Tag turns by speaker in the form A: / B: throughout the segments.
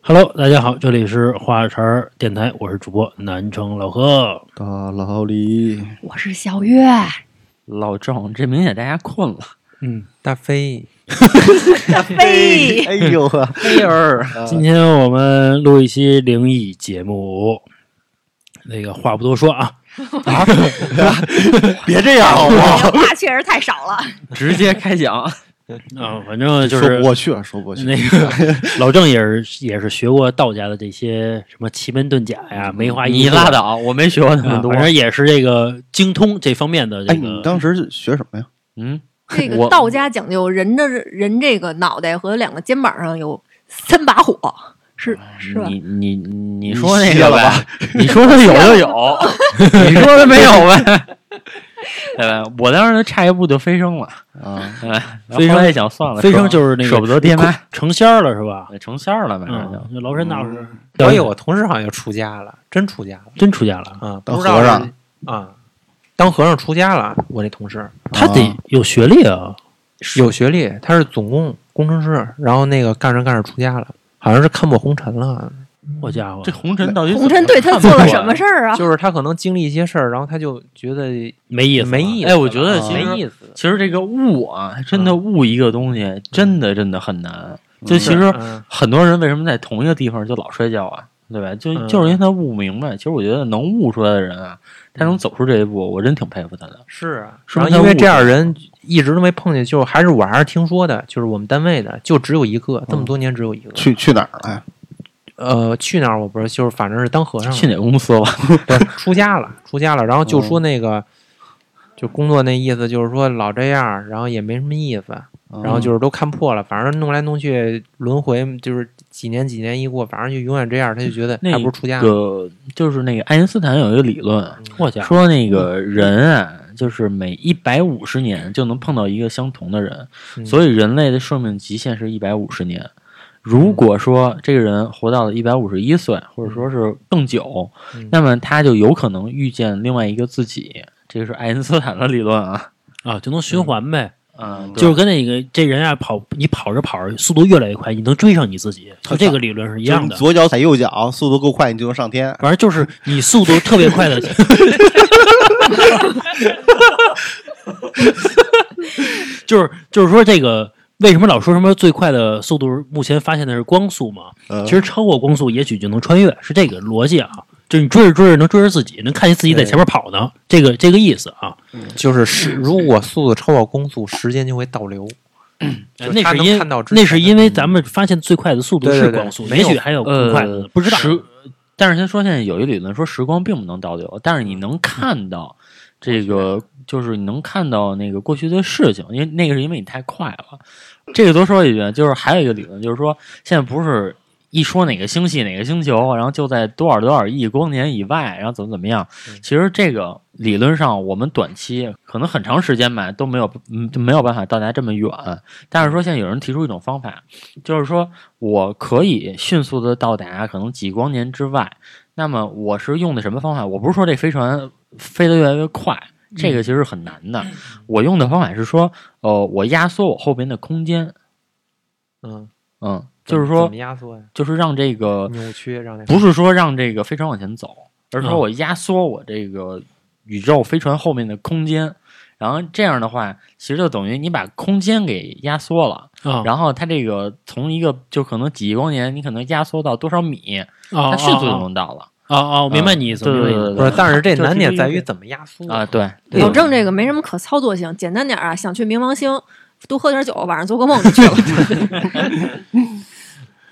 A: Hello，大家好，这里是话茬儿电台，我是主播南城老何。
B: 大老李，
C: 我是小月，
D: 老郑，这明显大家困了。
A: 嗯，
D: 大飞，
C: 飞
B: 哎呦呵，
D: 飞儿，
A: 今天我们录一期灵异节目。那个话不多说啊，
B: 别这样好不好？
C: 话确实太少了。
D: 直接开讲。
A: 啊，反正就是
B: 说不过去，说不过去。哎
A: 那个老郑也是也是学过道家的这些什么奇门遁甲呀、梅花易
D: 你
A: 数
D: 拉倒，我没学过那
A: 啊
D: 么多
A: 反。正也是这个精通这方面的这
B: 哎，你
A: 个。
B: 当时学什么呀？
D: 嗯，
C: 这个
D: 我
C: 道家讲究人的人这个脑袋和两个肩膀上有三把火，
D: 啊
C: 是是吧？
D: 你你你说
B: 你
D: 那
B: 歇
D: 个
B: 了
D: 呗，你说的有 就有，你说的没有呗。对吧？我当时差一步就飞升了，哎
B: 啊，
D: 对吧
A: 飞升
D: 后来一想算了，
A: 飞升
D: 舍
A: 就是那个
D: 舍不得爹妈，
A: 成仙儿了是吧？
D: 成仙儿了，反正
A: 嗯就
D: 就，
A: 崂山大师
E: 所
D: 嗯
E: 以我同事好像就出家了，真出家了
A: 真出家了，
E: 啊，
B: 当
E: 不知道
B: 和
E: 是
B: 尚
E: 啊，当和尚出家了。我那同事
A: 他得有学历啊。
E: 有学历，他是总工工程师，然后那个干着干着出家了，好像是看破红尘了。
A: 好家伙，
D: 这红尘到底
C: 红尘对他做了什么事儿啊？
E: 就是他可能经历一些事儿，然后他就觉得
A: 没意思啊，
E: 没意思了。
D: 哎我觉得其实
E: 没意思。
D: 其实这个悟啊，真的悟一个东西，真的真的很难。就其实
E: 嗯
D: 很多人为什么在同一个地方就老摔跤啊？对吧？就
E: 嗯
D: 就是因为他悟不明白。其实我觉得能悟出来的人啊，他能走出这一步，我真挺佩服他的。
E: 是啊，
D: 是
E: 然
D: 不是
E: 后因
D: 他
E: 为
D: 误
E: 这样人一直都没碰见，就还是我还是听说的，就是我们单位的就只有一个，
D: 哦
E: 这么多年只有一个。
B: 去去哪儿了呀？
E: 呃，去哪儿我不知道，就是反正是当和尚了。
D: 去哪个公司吧？
E: 对，出家了，出家了，然后就
D: 哦
E: 说那个，就工作那意思就是说老这样儿，然后也没什么意思，
B: 嗯
D: 哦
E: 然后就是都看破了，反正弄来弄去轮回，就是几年几年一过，反正就永远这样儿，他就觉得
D: 那
E: 还不如出家
D: 那
E: 呢。
D: 个就是那个爱因斯坦有一个理论，
E: 嗯
A: 好家伙，
D: 说那个人啊，就是每一百五十年就能碰到一个相同的人，
E: 嗯
D: 所以人类的寿命极限是一百五十年。如果说这个人活到了一百五十一岁，或者说是更久，
E: 嗯
D: 那么他就有可能遇见另外一个自己。这个是爱因斯坦的理论啊，
A: 啊，就能循环呗，
B: 啊
D: 嗯，对
A: 就是跟那个这人啊跑，你跑着跑着速度越来越快，你能追上你自己，就这个理论是一
B: 就是
A: 样
B: 你
A: 的。
B: 左脚踩右脚，速度够快，你就能上天。
A: 反正就是你速度特别快 的， 就是就是说这个为什么老说什么最快的速度目前发现的是光速嘛？
B: 嗯
A: 其实超过光速也许就能穿越，是这个逻辑啊。就是你追着追着能追着自己，能看见自己在前面跑呢，这个这个意思啊。
E: 就是时，
D: 嗯
E: 如果速度超过光速，时间就会倒流。就
A: 哎那
E: 他
A: 是
E: 能
A: 因
E: 看到之
A: 那
E: 前
A: 是
E: 的
A: 因为咱们发现最快的速度
E: 嗯对
A: 是
E: 对对
A: 光速，
E: 没
A: 也
E: 有
A: 许还有更快的，
D: 呃
A: 呢，，不知道。
D: 时但是先说，现在有一理论说时光并不能倒流，但是
A: 嗯
D: 你能看到这个，就是你能看到那个过去的事情，因为那个是因为你太快了。这个多说一句，啊就是还有一个理论，就是说现在不是一说哪个星系哪个星球，然后就在多少多少亿光年以外，然后怎么怎么样。
A: 嗯
D: 其实这个理论上，我们短期可能很长时间吧都没有，嗯，就没有办法到达这么远。但是说现在有人提出一种方法，就是说我可以迅速的到达可能几光年之外。那么我是用的什么方法？我不是说这飞船飞得越来越快，这个其实是很难的。我用的方法是说，呃，我压缩我后边的空间，
E: 嗯，
D: 嗯，就是
E: 怎
D: 说
E: 么，压缩呀？
D: 就是让这个
E: 扭曲让那个
D: 不是说让这个飞船往前走，而是说
A: 嗯
D: 我压缩我这个宇宙飞船后面的空间。然后这样的话，其实就等于你把空间给压缩了，
A: 啊，
D: 然后它这个从一个就可能几亿光年，你可能压缩到多少米，
A: 它
E: 啊
D: 它迅速就能到了。
A: 哦哦，明白你意思，
D: 对
A: 明白
D: 对
A: 你意思
D: 对
E: 不是，
D: 对
E: 但是这
A: 就是
E: 难点在
A: 因为
E: 于怎么压
C: 嗯
E: 缩
D: 啊，。对，对
C: 老郑这个没什么可操作性，简单点儿啊，想去冥王星，多喝点酒，晚上做个梦就去 了。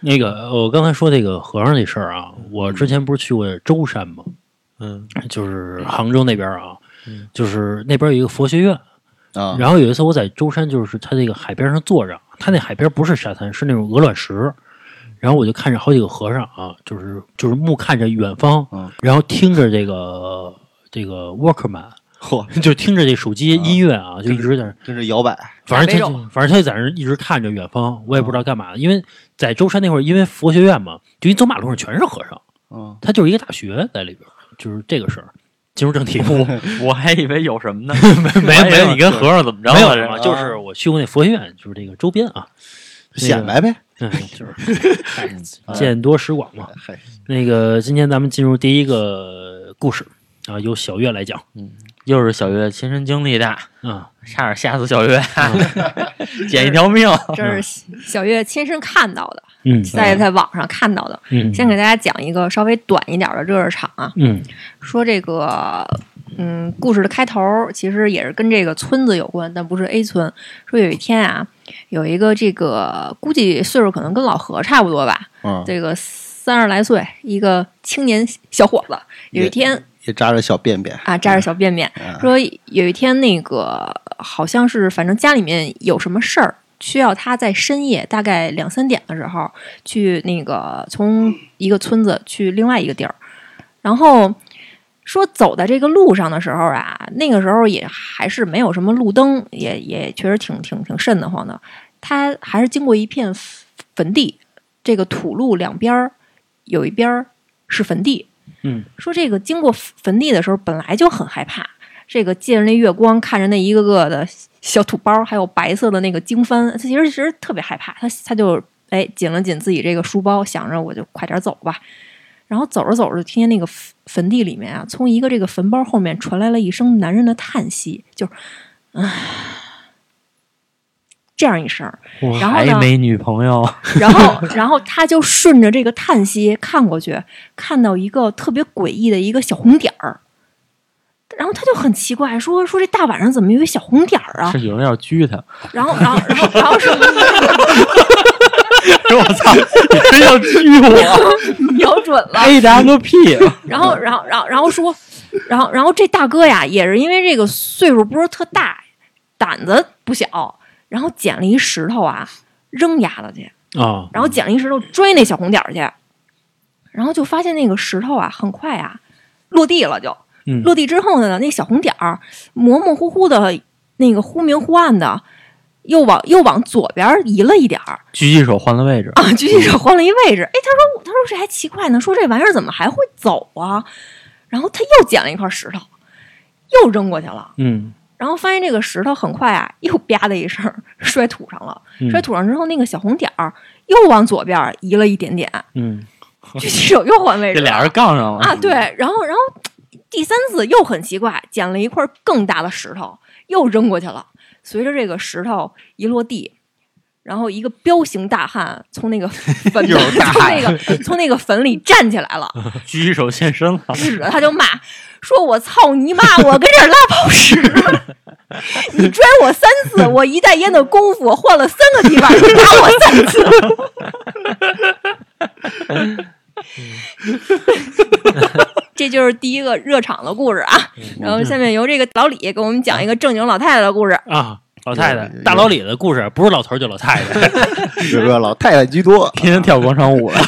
A: 那个，呃我刚才说这个和尚这事儿啊，我之前不是去过舟山吗？
E: 嗯，
A: 就是杭州那边啊
E: 嗯，
A: 就是那边有一个佛学院。
B: 啊，
A: 然后有一次我在舟山，就是他这个海边上坐着，他那海边不是沙滩，是那种鹅卵石。然后我就看着好几个和尚啊，就是就是目看着远方
B: 嗯，
A: 然后听着这个这个 Walkman，
B: 嚯，
A: 就听着这手机音乐啊，就一直在那儿
B: 真是摇摆。
A: 反正他
C: 打杯
A: 就反正他就在那儿一直看着远方，我也不
D: 啊
A: 知道干嘛。因为在舟山那会儿，因为佛学院嘛，就你走马路上全是和尚，
B: 嗯，
A: 他就是一个大学在里边儿，就是这个事儿。进入正题， 没
D: 我还以为有什么呢，
A: 没
D: 我还以为你跟和尚怎么着
A: 没有
D: 了
A: 什么，就是我去过那佛学院，就是这个周边啊，
B: 显摆呗。
A: 嗯，就是哎见多识广嘛。
D: 哎
A: 那个，今天咱们进入第一个故事啊，由小月来讲
D: 又是小月亲身经历的，
A: 啊。
D: 差点吓死小月， 捡一条命。
C: 这是小月亲身看到的，
A: 嗯
C: 在在网上看到的。
A: 嗯，
C: 先给大家讲一个稍微短一点的热热场啊，
A: 嗯
C: 说这个，嗯，故事的开头其实也是跟这个村子有关，但不是 A 村。说有一天啊，有一个这个估计岁数可能跟老何差不多吧，
B: 嗯，
C: 这个三十来岁一个青年小伙子，有一天
B: 也扎着小便便，
C: 啊扎着小便便，
B: 嗯
C: 说有一天那个好像是反正家里面有什么事儿，需要他在深夜大概两三点的时候去那个从一个村子去另外一个地儿，然后说走在这个路上的时候啊，那个时候也还是没有什么路灯，也也确实挺挺挺瘆得慌的。他还是经过一片坟地，这个土路两边儿有一边儿是坟地。
A: 嗯，
C: 说这个经过坟地的时候，本来就很害怕，这个借着那月光，看着那一个个的小土包，还有白色的那个经幡，他其实其实特别害怕。他他就哎紧了紧自己这个书包，想着我就快点走吧。然后走着走着，就听见那个坟坟地里面啊，从一个这个坟包后面传来了一声男人的叹息，就是，唉，这样一声。
D: 我
C: 然后
D: 还
C: 呢
D: 没女朋友，
C: 然后，然后他就顺着这个叹息看过去，看到一个特别诡异的一个小红点儿。然后他就很奇怪，说说这大晚上怎么有一小红点儿啊
D: 是？有人要狙他。 哎
C: 然后，然后，然后，然后说
D: 我操，有人要狙我
C: 瞄准了。
D: ，A W P。
C: 然后，然后，然后，然后说，然后，然后这大哥呀，也是因为这个岁数不是特大，胆子不小，然后捡了一石头啊，扔丫头去。
A: 啊
C: 然后捡了一石头追那小红点儿去，然后就发现那个石头啊，很快啊落地了就，
A: 嗯
C: 落地之后呢，那小红点儿模模糊糊的，那个忽明忽暗的，又往又往左边儿移了一点儿
D: 狙击手换了位置，
C: 啊，狙击手换了一位置，哎，他说他说这还奇怪呢，说这玩意儿怎么还会走啊？然后他又捡了一块石头，又扔过去了。
A: 嗯
C: 然后发现这个石头很快啊，又吧的一声儿 摔土上了。
A: 嗯
C: 摔土上之后，那个小红点儿又往左边儿移了一点点，
A: 嗯
C: 狙击手又换位
D: 这
C: 置了。
D: 俩人杠上了
C: 啊，对，然后然后第三次又很奇怪，捡了一块更大的石头，又扔过去了。随着这个石头一落地，然后一个彪形大汉从那个 坟
B: 又是大
C: 从那个从那个坟里站起来了，
D: 狙击手现身了。
C: 指着他就骂：“说我操你妈！我跟这儿拉泡屎，你拽我三次，我一袋烟的功夫换了三个地方，你打我三次。” 这就是第一个热场的故事啊，然
D: 嗯
C: 后下面由这个老李给我们讲一个正经老太太的故事。
A: 啊，老太太，大老李的故事不是老头儿就老太 太。
B: 有个老太太居多。
D: 天天跳广场舞了，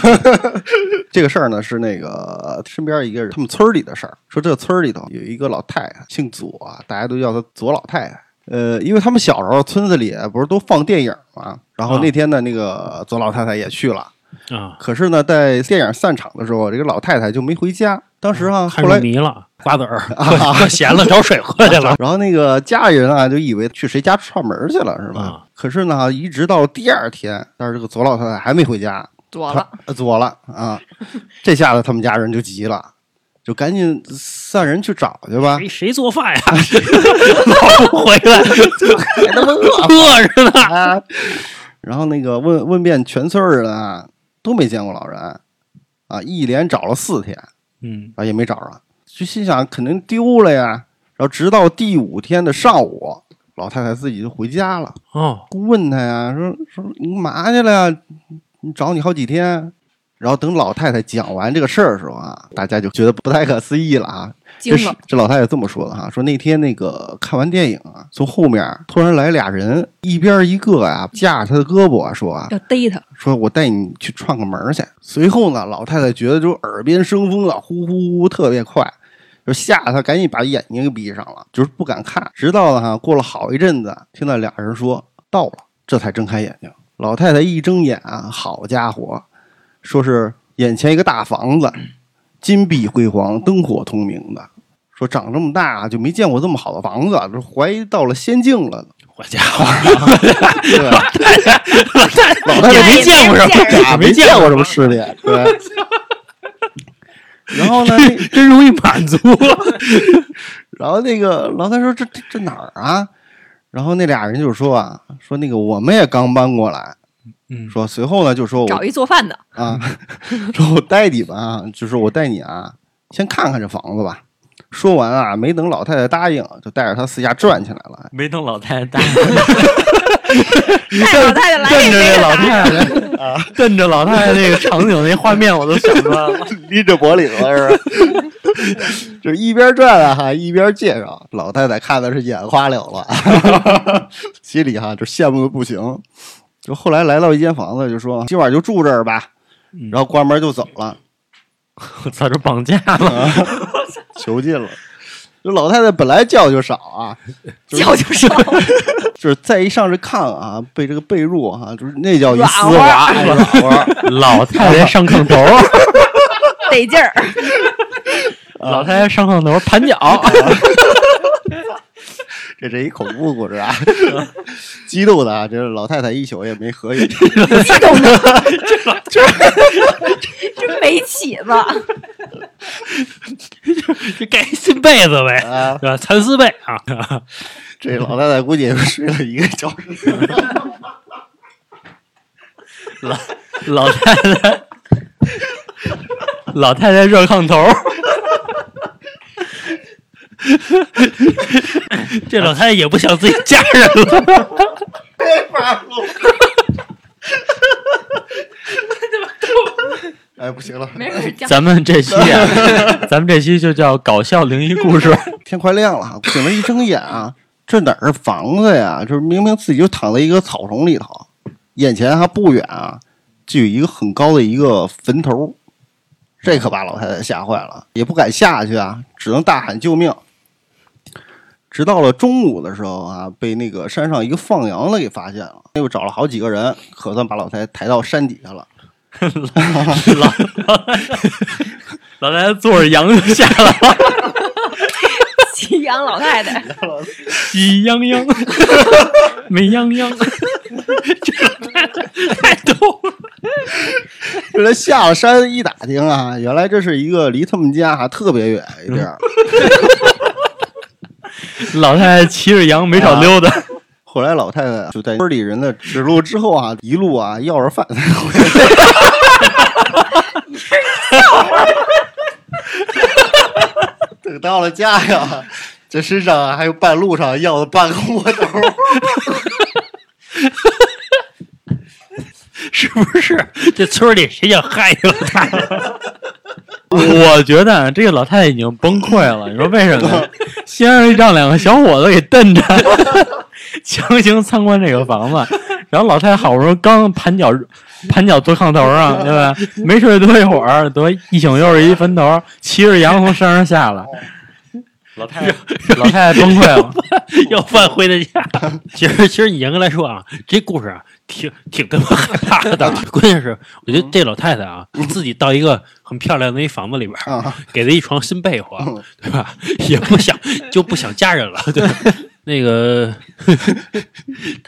B: 这个事儿呢是那个身边一个人，他们村儿里的事儿。说这村儿里头有一个老太太，姓左啊，大家都叫她左老太太。呃，因为他们小时候村子里不是都放电影嘛，然后
A: 啊
B: 那天呢，那个左老太太也去了，
A: 啊，
B: 可是呢，在电影散场的时候，这个老太太就没回家。当时啊，
A: 看入
B: 后来啊
A: 迷了，瓜子儿喝 喝咸 了，找水喝去了。
B: 然后那个家里人啊，就以为去谁家串门去了，是吧？
A: 啊
B: 可是呢，一直到第二天，但是这个左老太太还没回家，
C: 左了，
B: 她左了啊！ 这下子他们家人就急了，就赶紧散人去找去吧。
A: 谁谁做饭呀？老不回来，
B: 还他妈饿
A: 饿着呢。
B: 啊！ 然后那个问问遍全村儿人啊，都没见过老人啊，一连找了四天。
A: 嗯
B: 啊，也没找着，就心想肯定丢了呀。然后直到第五天的上午，老太太自己就回家了。
A: 哦，
B: 问她呀，说说你干嘛去了呀？你找你好几天。然后等老太太讲完这个事儿的时候啊，大家就觉得不太可思议了啊。
C: 惊
B: 这是
C: 了，
B: 这老太太这么说的哈，说那天那个看完电影啊，从后面突然来俩人，一边一个啊，架着她的胳膊啊，说啊，
C: 要逮他，
B: 说我带你去串个门儿去。随后呢，老太太觉得就耳边生风啊，呼呼呼特别快，就吓得她赶紧把眼睛给闭上了，就是不敢看。直到哈、过了好一阵子，听到俩人说到了，这才睁开眼睛。老太太一睁眼啊，好家伙，说是眼前一个大房子，金碧辉煌，灯火通明的。说长这么大就没见过这么好的房子，这怀疑到了仙境了。
D: 好家伙，
B: 对，老太
D: 也
B: 太
D: 没见过什么，
B: 假
D: 也没
B: 没
D: 见
B: 见过
D: 过
B: 什
D: 什
B: 么
D: 么，
B: 世面，对。然后呢，那
D: 真容易满足。
B: 然后那个老太说：“这这这哪儿啊？”然后那俩人就说啊：“说那个我们也刚搬过来。”
E: 嗯
B: 说随后呢就说
C: 找
B: 我
C: 一做饭 的，
B: 啊， 说我带你们啊，就是我带你啊，先看看这房子吧。说完啊，没等老太太答应，就带着她四下转起来了。
D: 没等老 太太答
C: 带老太太来也没
D: 瞪着那
C: 人
D: 老
C: 来。
D: 太太，瞪着老太太那个场景那画面，我都想出来了。
B: 拎着脖领子是吧？就是一边转啊哈，一边介绍。老太太看的是眼花缭乱， 心里哈就羡慕的不行。就后来来到一间房子，就说今晚就住这儿吧，然后关门就走了，
D: 我操，这绑架了！
B: 囚禁了。就老太太本来觉就少啊，
C: 叫就上，
B: 就是再一上这炕啊，被这个被褥哈、就是那叫一丝
C: 软
B: 滑，哎软滑，
D: 老太太上炕 头，啊
C: 得劲儿。
D: 老太太上炕头盘脚，
B: 这是一恐怖故事啊， 激动的啊，这老太太一宿也没合 眼。
C: 激动的，真没起子，
D: 就盖一新被子呗，
B: 啊，
D: 对吧？蚕丝被啊，
B: 这老太太估计也就睡了一个小时。
D: 老太太，老太太热炕头。这老太太也不想自己家人了，
B: 哎，不行了，
C: 没事讲。
D: 咱们这期啊，咱们这期就叫搞笑灵异故事。
B: 天快亮了，醒了一睁眼啊，这哪儿是房子呀？就是明明自己就躺在一个草丛里头，眼前还不远啊，就有一个很高的一个坟头，这可把老太太吓坏了，也不敢下去啊，只能大喊救命。直到了中午的时候啊，被那个山上一个放羊的给发现了，又找了好几个人，可算把老太太抬到山底下了。
D: 老老太太坐着羊就下来了，
C: 西洋老太太，
D: 喜洋 洋，美洋洋，这老太太太逗了。
B: 后来下了山一打听啊，原来这是一个离他们家还特别远一地儿。
D: 老太太骑着羊没少溜达，
B: 后来老太太就在村里人的指路之后 啊，一路啊要着 饭才回来。等到了家呀，这身上啊还有半路上要了半个窝头。
D: 是不是？这村里谁想害这老太太？我觉得啊这个老太太已经崩溃了，你说为什么？先是让两个小伙子给瞪着， 强行参观这个房子，然后老太太好不容易刚盘脚盘脚坐炕头上，对吧？没睡多一会儿，得一宿又是一坟头，骑着羊从山上下来。老太太，老太太崩溃了，
A: 要饭回的家。其实，其实你严格来说啊，这故事啊，挺挺他妈害怕的。关键是，我觉得这老太太啊，自己到一个很漂亮的一房子里边儿，
B: 啊
A: 给她一床新被窝，对吧？也不想就不想家人了，对吧？那个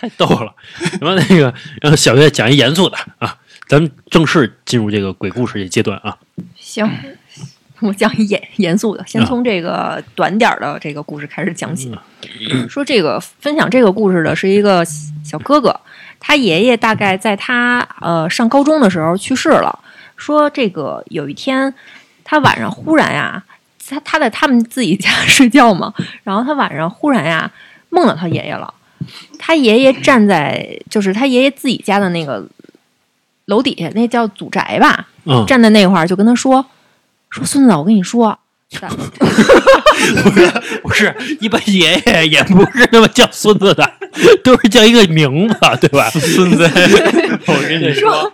A: 太逗了，什么那个，然后小月讲一严肃的啊，咱们正式进入这个鬼故事这阶段啊。
C: 行，我讲一严严肃的，先从这个短点儿的这个故事开始讲起。说这个分享这个故事的是一个小哥哥，他爷爷大概在他呃上高中的时候去世了。说这个有一天，他晚上忽然呀，他他在他们自己家 睡觉嘛，然后他晚上忽然呀梦到他爷爷了。他爷爷站在就是他爷爷自己家的那个楼底下，那叫祖宅吧，
A: 嗯，
C: 站在那块儿就跟他说：“说孙子，我跟你说，咱
A: 不是，一般爷爷也不是那么叫孙子的，都是叫一个名字，对吧？孙子， 我跟你说，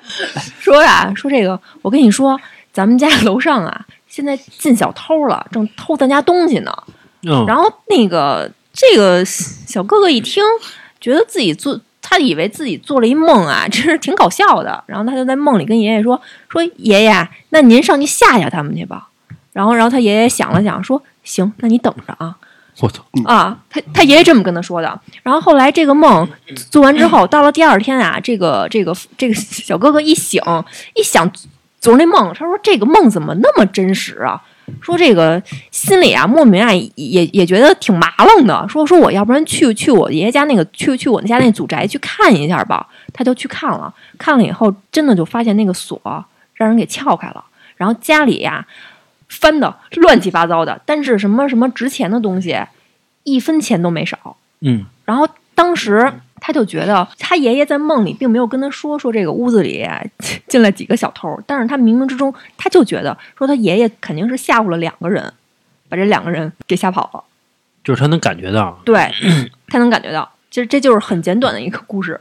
C: 说呀，说这个，我跟你说，咱们家楼上啊，现在进小偷了，正偷咱家东西呢。
A: 嗯，
C: 然后那个这个小哥哥一听，觉得自己做，他以为自己做了一梦啊， 真是挺搞笑的。然后他就在梦里跟爷爷说：“说爷爷，那您上去吓吓他们去吧。”然后，然后他爷爷想了想，说：“行，那你等着啊。”
A: 我操，嗯
C: 啊，他他爷爷这么跟他说的。然后后来这个梦做完之
A: 嗯
C: 后，到了第二天啊，这个这个这个小哥哥一醒一想，昨儿那梦，他说这个梦怎么那么真实啊？说这个心里啊莫名啊也也觉得挺麻愣的，说说我要不然去去我爷爷家那个去去我家那祖宅去看一下吧。他就去看了，看了以后真的就发现那个锁让人给撬开了，然后家里呀、翻的乱七八糟的，但是什么什么值钱的东西，一分钱都没少。
A: 嗯，
C: 然后当时他就觉得他爷爷在梦里并没有跟他说说这个屋子里进来几个小偷，但是他冥冥之中他就觉得说他爷爷肯定是吓唬了两个人，把这两个人给吓跑了。
A: 就是他能感觉到
C: 对， 他能感觉到，这这就是很简短的一个故事。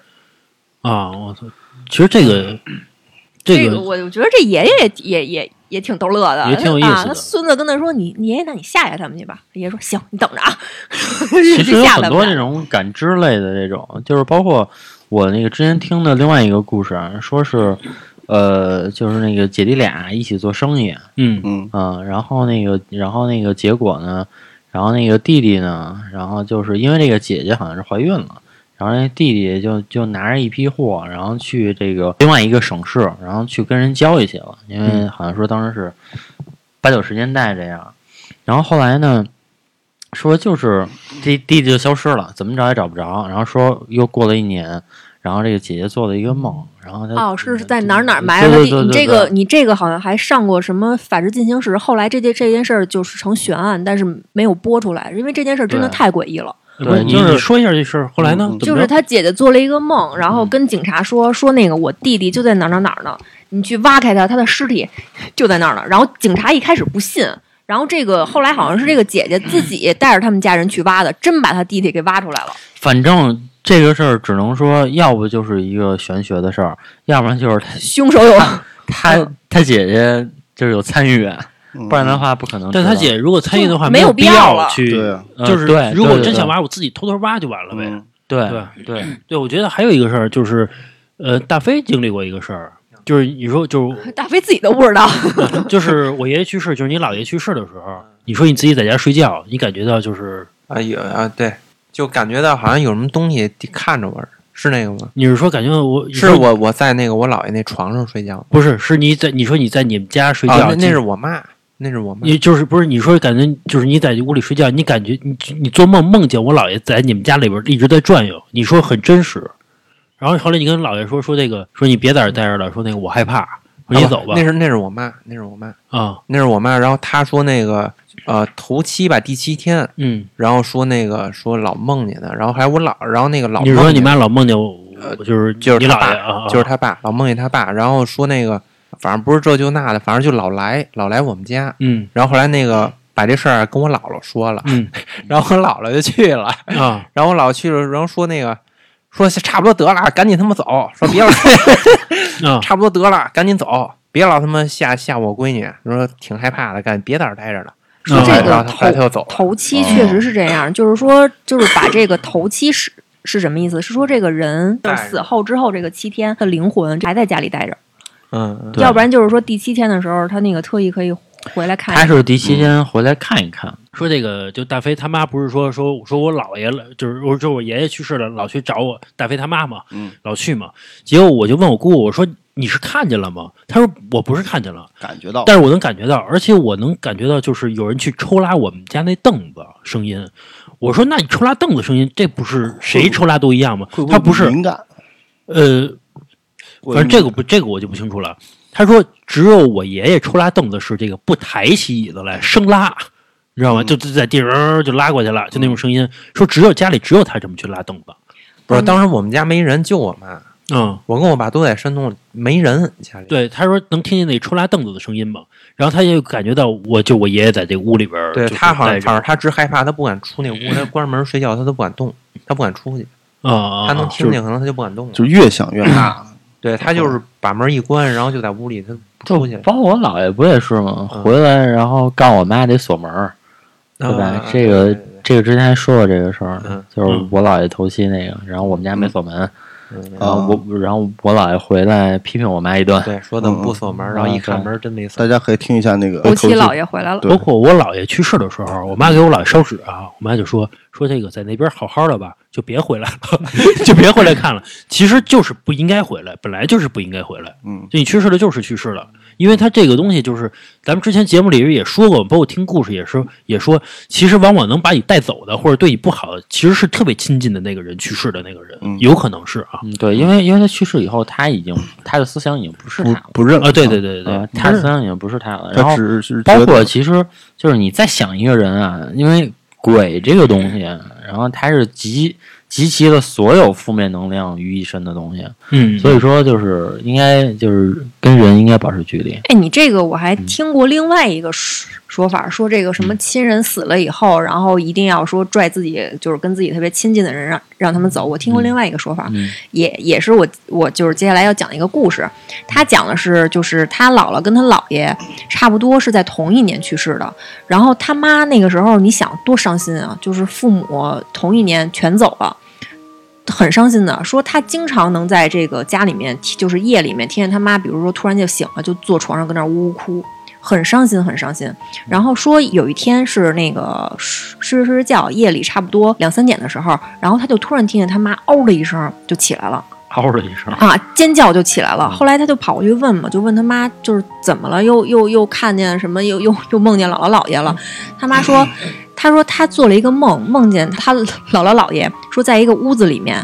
A: 啊，我操，其实这个这
C: 嗯这
A: 个
C: 我我觉得这爷爷也也也也挺逗乐的，
A: 也挺有意思的
C: 啊、他孙子跟他说：“你你爷爷，那你吓吓他们去吧。”爷爷说：“行，你等着啊。”
D: 其实有
C: 吓
D: 很
C: 他
D: 多
C: 们
D: 这
C: 俩。
D: 种感知类的这种，就是包括我那个之前听的另外一个故事，啊，说是，呃，就是那个姐弟俩一起做生意，
A: 嗯
B: 嗯
D: 嗯，然后那个，然后那个结果呢，然后那个弟弟呢，然后就是因为这个姐姐好像是怀孕了，然后那弟弟就就拿着一批货，然后去这个另外一个省市，然后去跟人交易去了，因
A: 嗯
D: 为好像说当时是八九十年代这样，然后后来呢，说就是这弟弟就消失了，怎么找也找不着，然后说又过了一年。然后这个姐姐做了一个梦，然后 她
C: 哦，是是在哪儿哪儿埋了
D: 对
C: 个地？
D: 对对
C: 你
D: 对
C: 这个
D: 对
C: 你这个好像还上过什么法制进行时，后来这件这件事儿就是成悬案，但是没有播出来，因为这件事儿真的
D: 对
C: 太诡异了。
A: 不是
D: 对
A: 嗯你
D: 就是
A: 你说一下这事儿，后来呢
B: 嗯？
A: 怎
C: 就
A: 么
C: 是
A: 着嗯
C: 他姐姐做了一个梦，然后跟警察说说那个我弟弟就在哪儿哪儿哪儿呢，你去挖开他，他的尸体就在那儿呢。然后警察一开始不信，然后这个后来好像是这个姐姐自己带着他们家人去挖的，真把他弟弟给挖出来了。
D: 反正这个事儿只能说，要不就是一个玄学的事儿，要不然就是他
C: 凶手有
D: 他他姐姐就是有参与，
B: 嗯，
D: 不然的话不可能知
A: 但
D: 道。
A: 他姐如果参与的话，
C: 没有
A: 有
C: 必要
A: 要
C: 了
A: 去，
B: 对啊
D: 呃
A: 就是
D: 对
A: 如果
D: 对
A: 真
D: 对
A: 想挖，我自己偷偷挖就完了呗。
B: 嗯
D: 对
A: 对
D: 对，
A: 对，我觉得还有一个事儿就是，呃，大飞经历过一个事儿，就是你说就是
C: 大飞自己都不知道，
A: 啊就是我爷爷去世，就是你姥爷去世的时候，你说你自己在家睡觉，你感觉到就是
E: 啊有啊对，就感觉到好像有什么东西地看着我似的，是那个吗？
A: 你是说感觉到我你
E: 是
A: 说
E: 我我在那个我姥爷那床上睡觉吗
A: 不是是你在你说你在你们家睡觉，
E: 啊，那那
A: 就是
E: 我妈，那是我妈
A: 你就是不是你说感觉就是你在屋里睡觉，你感觉你你做梦梦见我姥爷在你们家里边一直在转悠，你说很真实。然后后来你跟姥爷说说这个，说你别在这儿待着了，说那个我害怕，说你
E: 啊不
A: 走吧
E: 那是那是我妈，那是我妈，
A: 啊，
E: 那是我妈。然后她说那个呃头七吧，第七天，
A: 嗯，
E: 然后说那个说老梦见他，然后还有我姥，然后那个老
A: 你
E: 梦
A: 说
E: 见呃
A: 你妈老梦见我，我就是
E: 就是
A: 你
E: 他
A: 姥
E: 爸
A: 爷啊，啊
E: 就是他爸，老梦见他爸，然后说那个反正不是这就那的，反正就老来老来我们家，
A: 嗯
E: 然后后来那个把这事儿跟我姥姥说了，
A: 嗯
E: 然后我姥姥就去了，
A: 啊，
E: 然后我姥姥去了，然后说那个说差不多得了，赶紧他妈走，说别老
A: 啊
E: 差不多得了，赶紧走，别老他妈吓吓我闺女，说挺害怕的，赶紧别在这儿待着了，
C: 说
A: 啊
C: 这个
E: 然后他后来他就走了，
C: 头七确实是这样，就是说，就是把这个头七是是什么意思？是说这个人就是死后之后这个七天的灵魂还在家里待着，
E: 嗯，嗯
D: 对
C: 要不然就是说第七天的时候他那个特意可以回来看一
D: 他
C: 下。
D: 是第七天回来看一看，
A: 说这个就大飞他妈不是说说说我姥爷了，就是我就我爷爷去世了，老去找我大飞他妈嘛，
B: 嗯，
A: 老去嘛。结果我就问我姑姑，我说你是看见了吗？她说我不是看见了，
B: 感觉到，
A: 但是我能感觉到，而且我能感觉到就是有人去抽拉我们家那凳子声音。我说那你抽拉凳子声音，这不是谁抽拉都一样吗
B: 会？会
A: 他不是
B: 敏感，
A: 呃，
B: 过于
A: 反正这个
B: 敏
A: 不，这个我就不清楚了。他说，只有我爷爷抽拉凳子是这个不抬起椅子来生拉，你知道吗？
B: 嗯
A: 就就在地儿儿就拉过去了，就那种声音。说只有家里只有他这么去拉凳子。
E: 不是当时我们家没人，就我妈，
A: 嗯，
E: 我跟我爸都在山洞里，没人家里，
A: 对，他说能听见那抽拉凳子的声音吗？然后他就感觉到，我就我爷爷在这屋里边儿
E: 对
A: 就是
E: 他好像
A: 待着
E: 反正他只害怕，他不敢出那屋，他关门睡觉，他都不敢动，他不敢出去，
A: 啊啊，啊
E: 他能听
A: 就是
E: 见，可能他就不敢动了
B: 感。就越想越
D: 啊
B: 怕，
E: 对他就是把门一关，然后就在屋里，他不
D: 就
E: 出去。
D: 包括我姥爷不也是吗？
E: 嗯
D: 回来然后告我妈得锁门儿，对吧
E: 啊
D: 这个
E: 对对对
D: 这个之前还说过这个事儿
E: 嗯，
D: 就是
A: 嗯
D: 我姥爷头七那个，然后我们家没锁门，
E: 嗯
D: 然后我然后我姥爷回来批评我妈一顿，
E: 对，说怎么不锁
D: 嗯
E: 门，然后一看门真没锁
B: 大。家可以听一下那个
D: 呃
C: 吴奇
B: 口述
C: 老爷回来了，
B: 对
A: 包括我姥爷去世的时候，我妈给我姥爷烧纸啊，我妈就说说这个在那边好好的吧，就别回来了， 就别回来看了。其实就是不应该回来，本来就是不应该回来。
B: 嗯，
A: 就你去世了就是去世了，因为他这个东西就是咱们之前节目里也说过，包括听故事也是也说，其实往往能把你带走的或者对你不好的，其实是特别亲近的那个人去世的那个人，
B: 嗯
A: 有可能是啊
D: 嗯，对，因为因为他去世以后，他已经他的思想已经不是他了
B: 不，不认
A: 啊，对对对对对
D: 呃，他的思想已经不是他了，然后
B: 嗯他只是
D: 包
B: 觉
D: 括
B: 得
D: 其实就是你再想一个人啊，因为鬼这个东西，啊然后它是集集齐了所有负面能量于一身的东西，
A: 嗯，
D: 所以说就是应该就是跟人应该保持距离。
C: 哎，你这个我还
D: 嗯
C: 听过另外一个说说法，说这个什么亲人死了以后，然后一定要说拽自己，就是跟自己特别亲近的人让让他们走。我听过另外一个说法，
D: 嗯
C: 也也是我我就是接下来要讲一个故事，他讲的是就是他姥姥跟他姥爷差不多是在同一年去世的，然后他妈那个时候你想多伤心啊，就是父母同一年全走了。很伤心的，说他经常能在这个家里面，就是夜里面听见他妈，比如说突然就醒了，就坐床上跟那儿呜呜哭，很伤心，很伤心。然后说有一天是那个睡睡睡着觉，夜里差不多两三点的时候，然后他就突然听见他妈嗷的一声就起来了
A: 嗷了一声，
C: 啊，尖叫就起来了。后来他就跑过去问嘛，就问他妈就是怎么了，又又又看见什么，又又又梦见姥姥姥爷了。他妈说，他说他做了一个梦，梦见他姥姥姥爷说在一个屋子里面，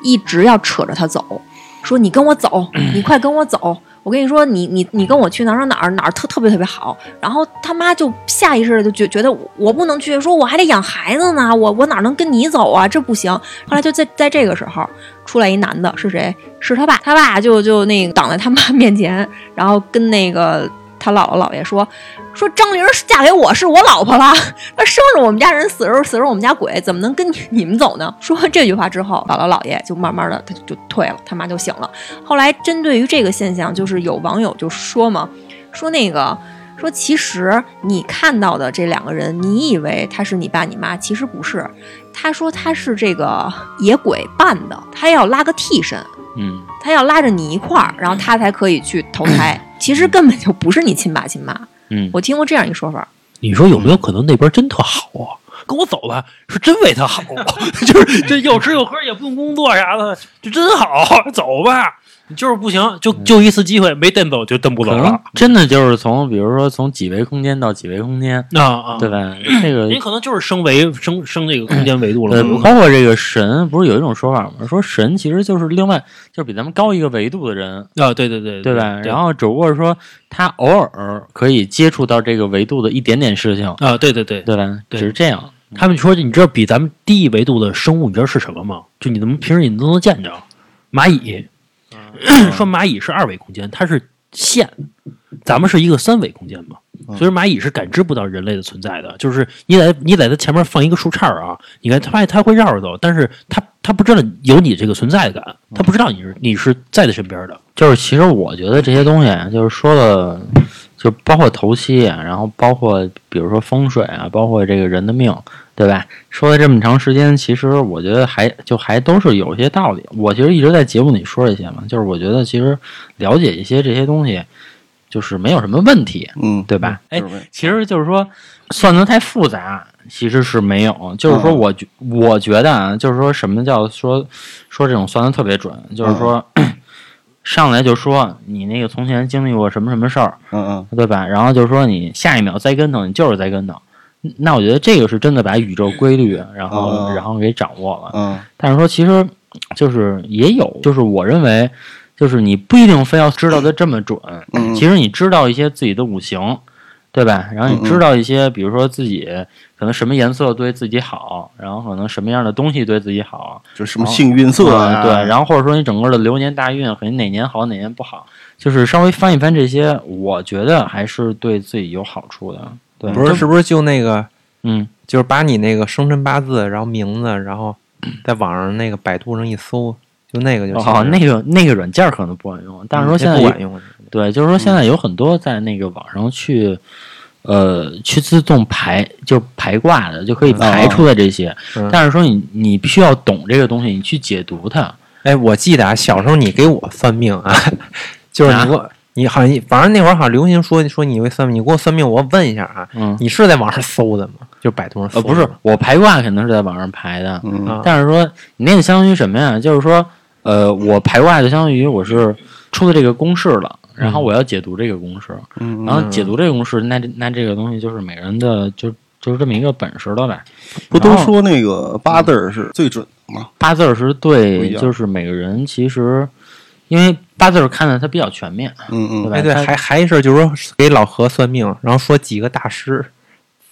C: 一直要扯着他走，说你跟我走，你快跟我走。我跟你说，你你你跟我去哪儿哪儿哪儿哪儿特特别特别好，然后他妈就下意识的就觉觉得我不能去，说我还得养孩子呢，我我哪能跟你走啊，这不行。后来就在在这个时候出来一男的，是谁？是他爸，他爸就就那个挡在他妈 面前，然后跟那个他姥姥姥爷说说张玲儿嫁给我是我老婆了， 她生着我们家人，死着死着我们家鬼，怎么能跟你你们走呢？说完这句话之后，姥姥姥爷就慢慢的他就就退了，他妈就醒了。后来针对于这个现象，就是有网友就说嘛，说那个。说其实你看到的这两个人，你以为他是你爸你妈，其实不是。他说他是这个野鬼扮的，他要拉个替身，
D: 嗯，
C: 他要拉着你一块儿，然后他才可以去投
A: 嗯
C: 胎。 其实根本就不是你亲爸亲妈。
D: 嗯
C: 我听过这样一说法，
A: 你说有没有可能那边真特好啊？跟我走吧，是真为他好，啊 就是这又吃又喝也不用工作啥的，这真好，走吧。就是不行，就就一次机会，没蹬走就蹬不走
D: 嗯可能
A: 了。
D: 真的就是从比如说从几维空间到几维空间，
A: 啊啊，
D: 对，吧？这个
A: 您可能就是升维升升这个空间维度了
D: 呃，
A: 嘛。
D: 包括这个神，不是有一种说法吗？说神其实就是另外就是比咱们高一个维度的人，
A: 啊，对对对
D: 呃对吧？然后只不过是说他偶尔可以接触到这个维度的一点点事情，
A: 啊，对对对，
D: 对吧？
A: 对
D: 只是这样。
A: 他们说，你知道比咱们低一维度的生物，你知道是什么吗？就你能平时你都能见着蚂蚁， 说蚂蚁是二维空间，它是线，咱们是一个三维空间嘛，
B: 嗯
A: 所以蚂蚁是感知不到人类的存在的。就是你在你在它前面放一个树杈儿啊，你看它发现它会绕着走，但是它它不知道有你这个存在感，它不知道你是你是在它身边的。
D: 就是其实我觉得这些东西啊就是说了，就包括头七啊，然后包括比如说风水啊，包括这个人的命，对吧？说了这么长时间，其实我觉得还就还都是有一些道理。我其实一直在节目里说这些嘛，就是我觉得其实了解一些这些东西，就是没有什么问题，
B: 嗯，
D: 对吧？哎
B: 是，吧
D: 其实就是说，算得太复杂，其实是没有。就是说
B: 嗯
D: 我，觉我觉得啊，就是说什么叫说说这种算得特别准，就是说、 上来就说你那个从前经历过什么什么事儿，
B: 嗯嗯。
D: 对吧？然后就说你下一秒栽跟头，你就是栽跟头。嗯那我觉得这个是真的把宇宙规律，啊然后、
B: 嗯
D: 然后给掌握了。
B: 嗯
D: 但是说其实就是也有，就是我认为，就是你不一定非要知道的这么准，
B: 嗯
D: 其实你知道一些自己的五行，对
E: 嗯
D: 吧？然后你知道一些，比如说自己可能什么颜色对自己好，然后可能什么样的东西对自己好，
B: 就什么幸运色啊，
D: 嗯对，然后或者说你整个的流年大运，可能哪年好哪年不好，就是稍微翻一翻这些，我觉得还是对自己有好处的。对，
E: 不是，是不是就那个，
D: 嗯，
E: 就是把你那个生辰八字，然后名字，然后在网上那个百度上一搜，就那个就行了。
D: 哦，那个那个软件可能不管用，但是说
E: 嗯
D: 现在
E: 不
D: 有
E: 管用，
D: 对，就是说现在有很多在那个网上去，呃，去自动排就排卦的，就可以排出来这些。
E: 嗯
D: 但是说你你必须要懂这个东西，你去解读它，
E: 哎，我记得啊，小时候你给我算命啊， 就是你给我，你好像反正那会儿好像流行说说你会算命，你给我算命，我问一下啊，
D: 嗯，
E: 你是在网上搜的吗？就百度上搜
D: 呃，
E: 的
D: 不是，我排卦肯定是在网上排的，
B: 嗯
E: 啊
D: 但是说你那个相当于什么呀？就是说，呃，我排卦就相当于我是出的这个公式了，然后我要解读这个公式，
B: 嗯，
D: 然后解读这个公式，那这那这个东西就是每个人的就就是这么一个本事了呗。
B: 不都说那个八字儿是最准的吗？
D: 八字儿是
B: 不一
D: 对，
B: 样
D: 就是每个人其实因为八字儿看的它比较全面，
B: 嗯
D: 哦对
B: 嗯，
D: 吧？
E: 哎，对，
D: 它
E: 还还一事儿就是说给老何算命，然后说几个大师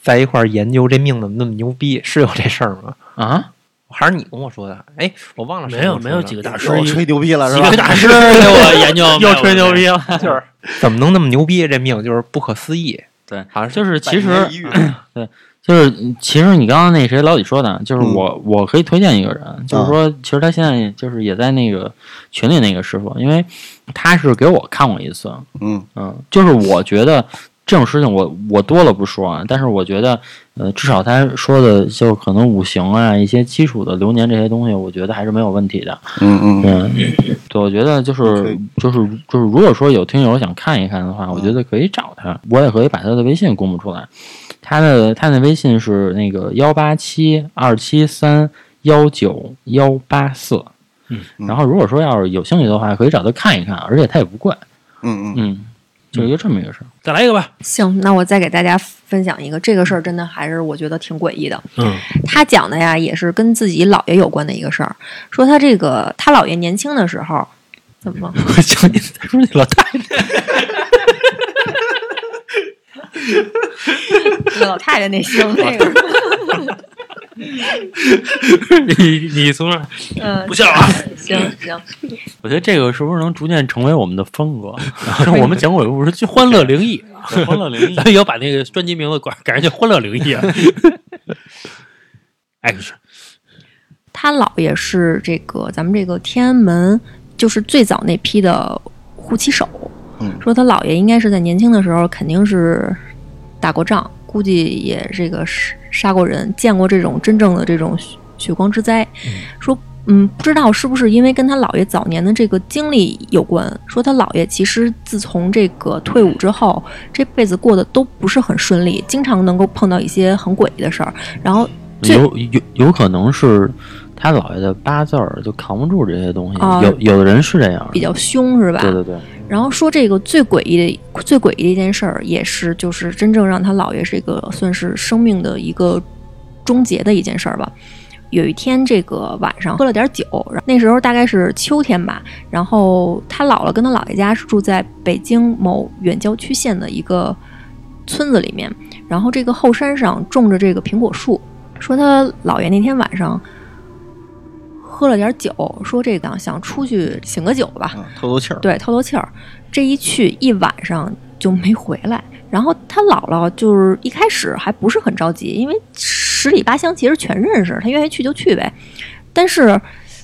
E: 在一块儿研究这命怎么那么牛逼，是有这事儿吗？
D: 啊，
E: 还是你跟我说的？哎，我忘了谁
A: 没有
E: 跟我说
A: 没
E: 的
A: 有几个大师，
B: 又哎吹牛逼了是
A: 几
B: 吧
A: 个？大师给我研 究，
D: 又吹牛逼了。
E: 就是怎么能那么牛逼？这命就是不可思议。
D: 对，
E: 好像是
D: 就是其
B: 百年
D: 实
B: 一遇
D: 就是其实你刚刚那谁老李说的，就是
B: 嗯
D: 我、我可以推荐一个人，
B: 啊
D: 就是说其实他现在就是也在那个群里那个师傅，因为他是给我看过一次，
B: 嗯
D: 嗯，就是我觉得这种事情我我多了不说啊，但是我觉得，呃，至少他说的就是可能五行啊，一些基础的流年这些东西，我觉得还是没有问题的。
B: 嗯嗯，
D: 嗯，对，我觉得就是
B: OK
D: 就是就是，如果说有听友想看一看的话，我觉得可以找他，我也可以把他的微信公布出来。他的他的微信是那个幺八七二七三幺九幺八四。
A: 嗯，
D: 然后如果说要是有兴趣的话，可以找他看一看，而且他也不贵。
B: 嗯嗯
D: 嗯，就是一个这么一个事儿。
A: 再来一个吧。
C: 行，那我再给大家分享一个，这个事儿真的还是我觉得挺诡异的。
A: 嗯，
C: 他讲的呀，也是跟自己姥爷有关的一个事儿，说他这个他姥爷年轻的时候，怎么了？
D: 我想你再说那老太太，
C: 老太太那行 那个，
D: 你你从那，
C: 嗯
A: 不，笑啊。
C: 行行，
D: 我觉得这个是不是能逐渐成为我们的 风格？我们讲鬼故事就欢乐灵异，欢乐灵异
A: 咱。们以后把那个专辑名字改改成叫《欢乐灵异》 啊。X
D: 哎
C: 他姥爷是这个咱们这个天安门，就是最早那批的护旗手。
B: 嗯
C: 说他姥爷应该是在年轻的时候肯定是打过仗，估计也这个杀杀过人，见过这种真正的这种血血光之灾。说嗯，不知道是不是因为跟他姥爷早年的这个经历有关。说他姥爷其实自从这个退伍之后，这辈子过得都不是很顺利，经常能够碰到一些很诡异的事儿，
D: 嗯
C: 然后。这
D: 有有有可能是他姥爷的八字儿就扛不住这些东西，
C: 啊
D: 有有的人是这样
C: 比较凶是吧？
D: 对对对，
C: 然后说这个最诡异的、最诡异的一件事儿，也是就是真正让他姥爷这个算是生命的一个终结的一件事儿吧。有一天，这个晚上喝了点酒，然后那时候大概是秋天吧。然后他姥姥跟他姥爷家是住在北京某远郊区县的一个村子里面，然后这个后山上种着这个苹果树。说他姥爷那天晚上喝了点酒，说这个想出去醒个酒吧，
B: 嗯，透透气儿。
C: 对，透透气儿。这一去一晚上就没回来。然后他姥姥就是一开始还不是很着急，因为十里八乡其实全认识，他愿意去就去呗。但是，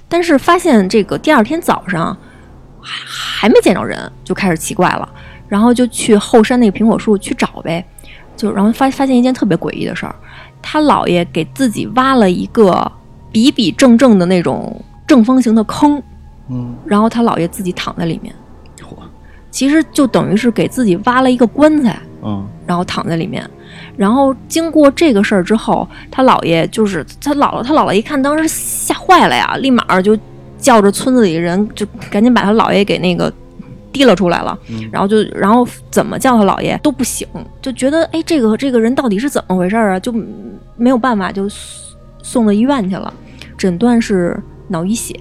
C: 但是发现这个第二天早上还还没见着人，就开始奇怪了。然后就去后山那个苹果树去找呗，就然后发发现一件特别诡异的事儿，他姥爷给自己挖了一个比比正正的那种正方形的坑，
B: 嗯，
C: 然后他姥爷自己躺在里面，
B: 嚯
C: 其实就等于是给自己挖了一个棺材，
B: 嗯
C: 然后躺在里面。然后经过这个事儿之后，他姥爷就是他姥姥，他姥姥一看当时吓坏了呀，立马就叫着村子里人，就赶紧把他姥爷给那个提了出来了。然后就然后怎么叫他姥爷都不醒，就觉得哎，这个这个人到底是怎么回事儿啊？就没有办法，就送到医院去了，诊断是脑溢血。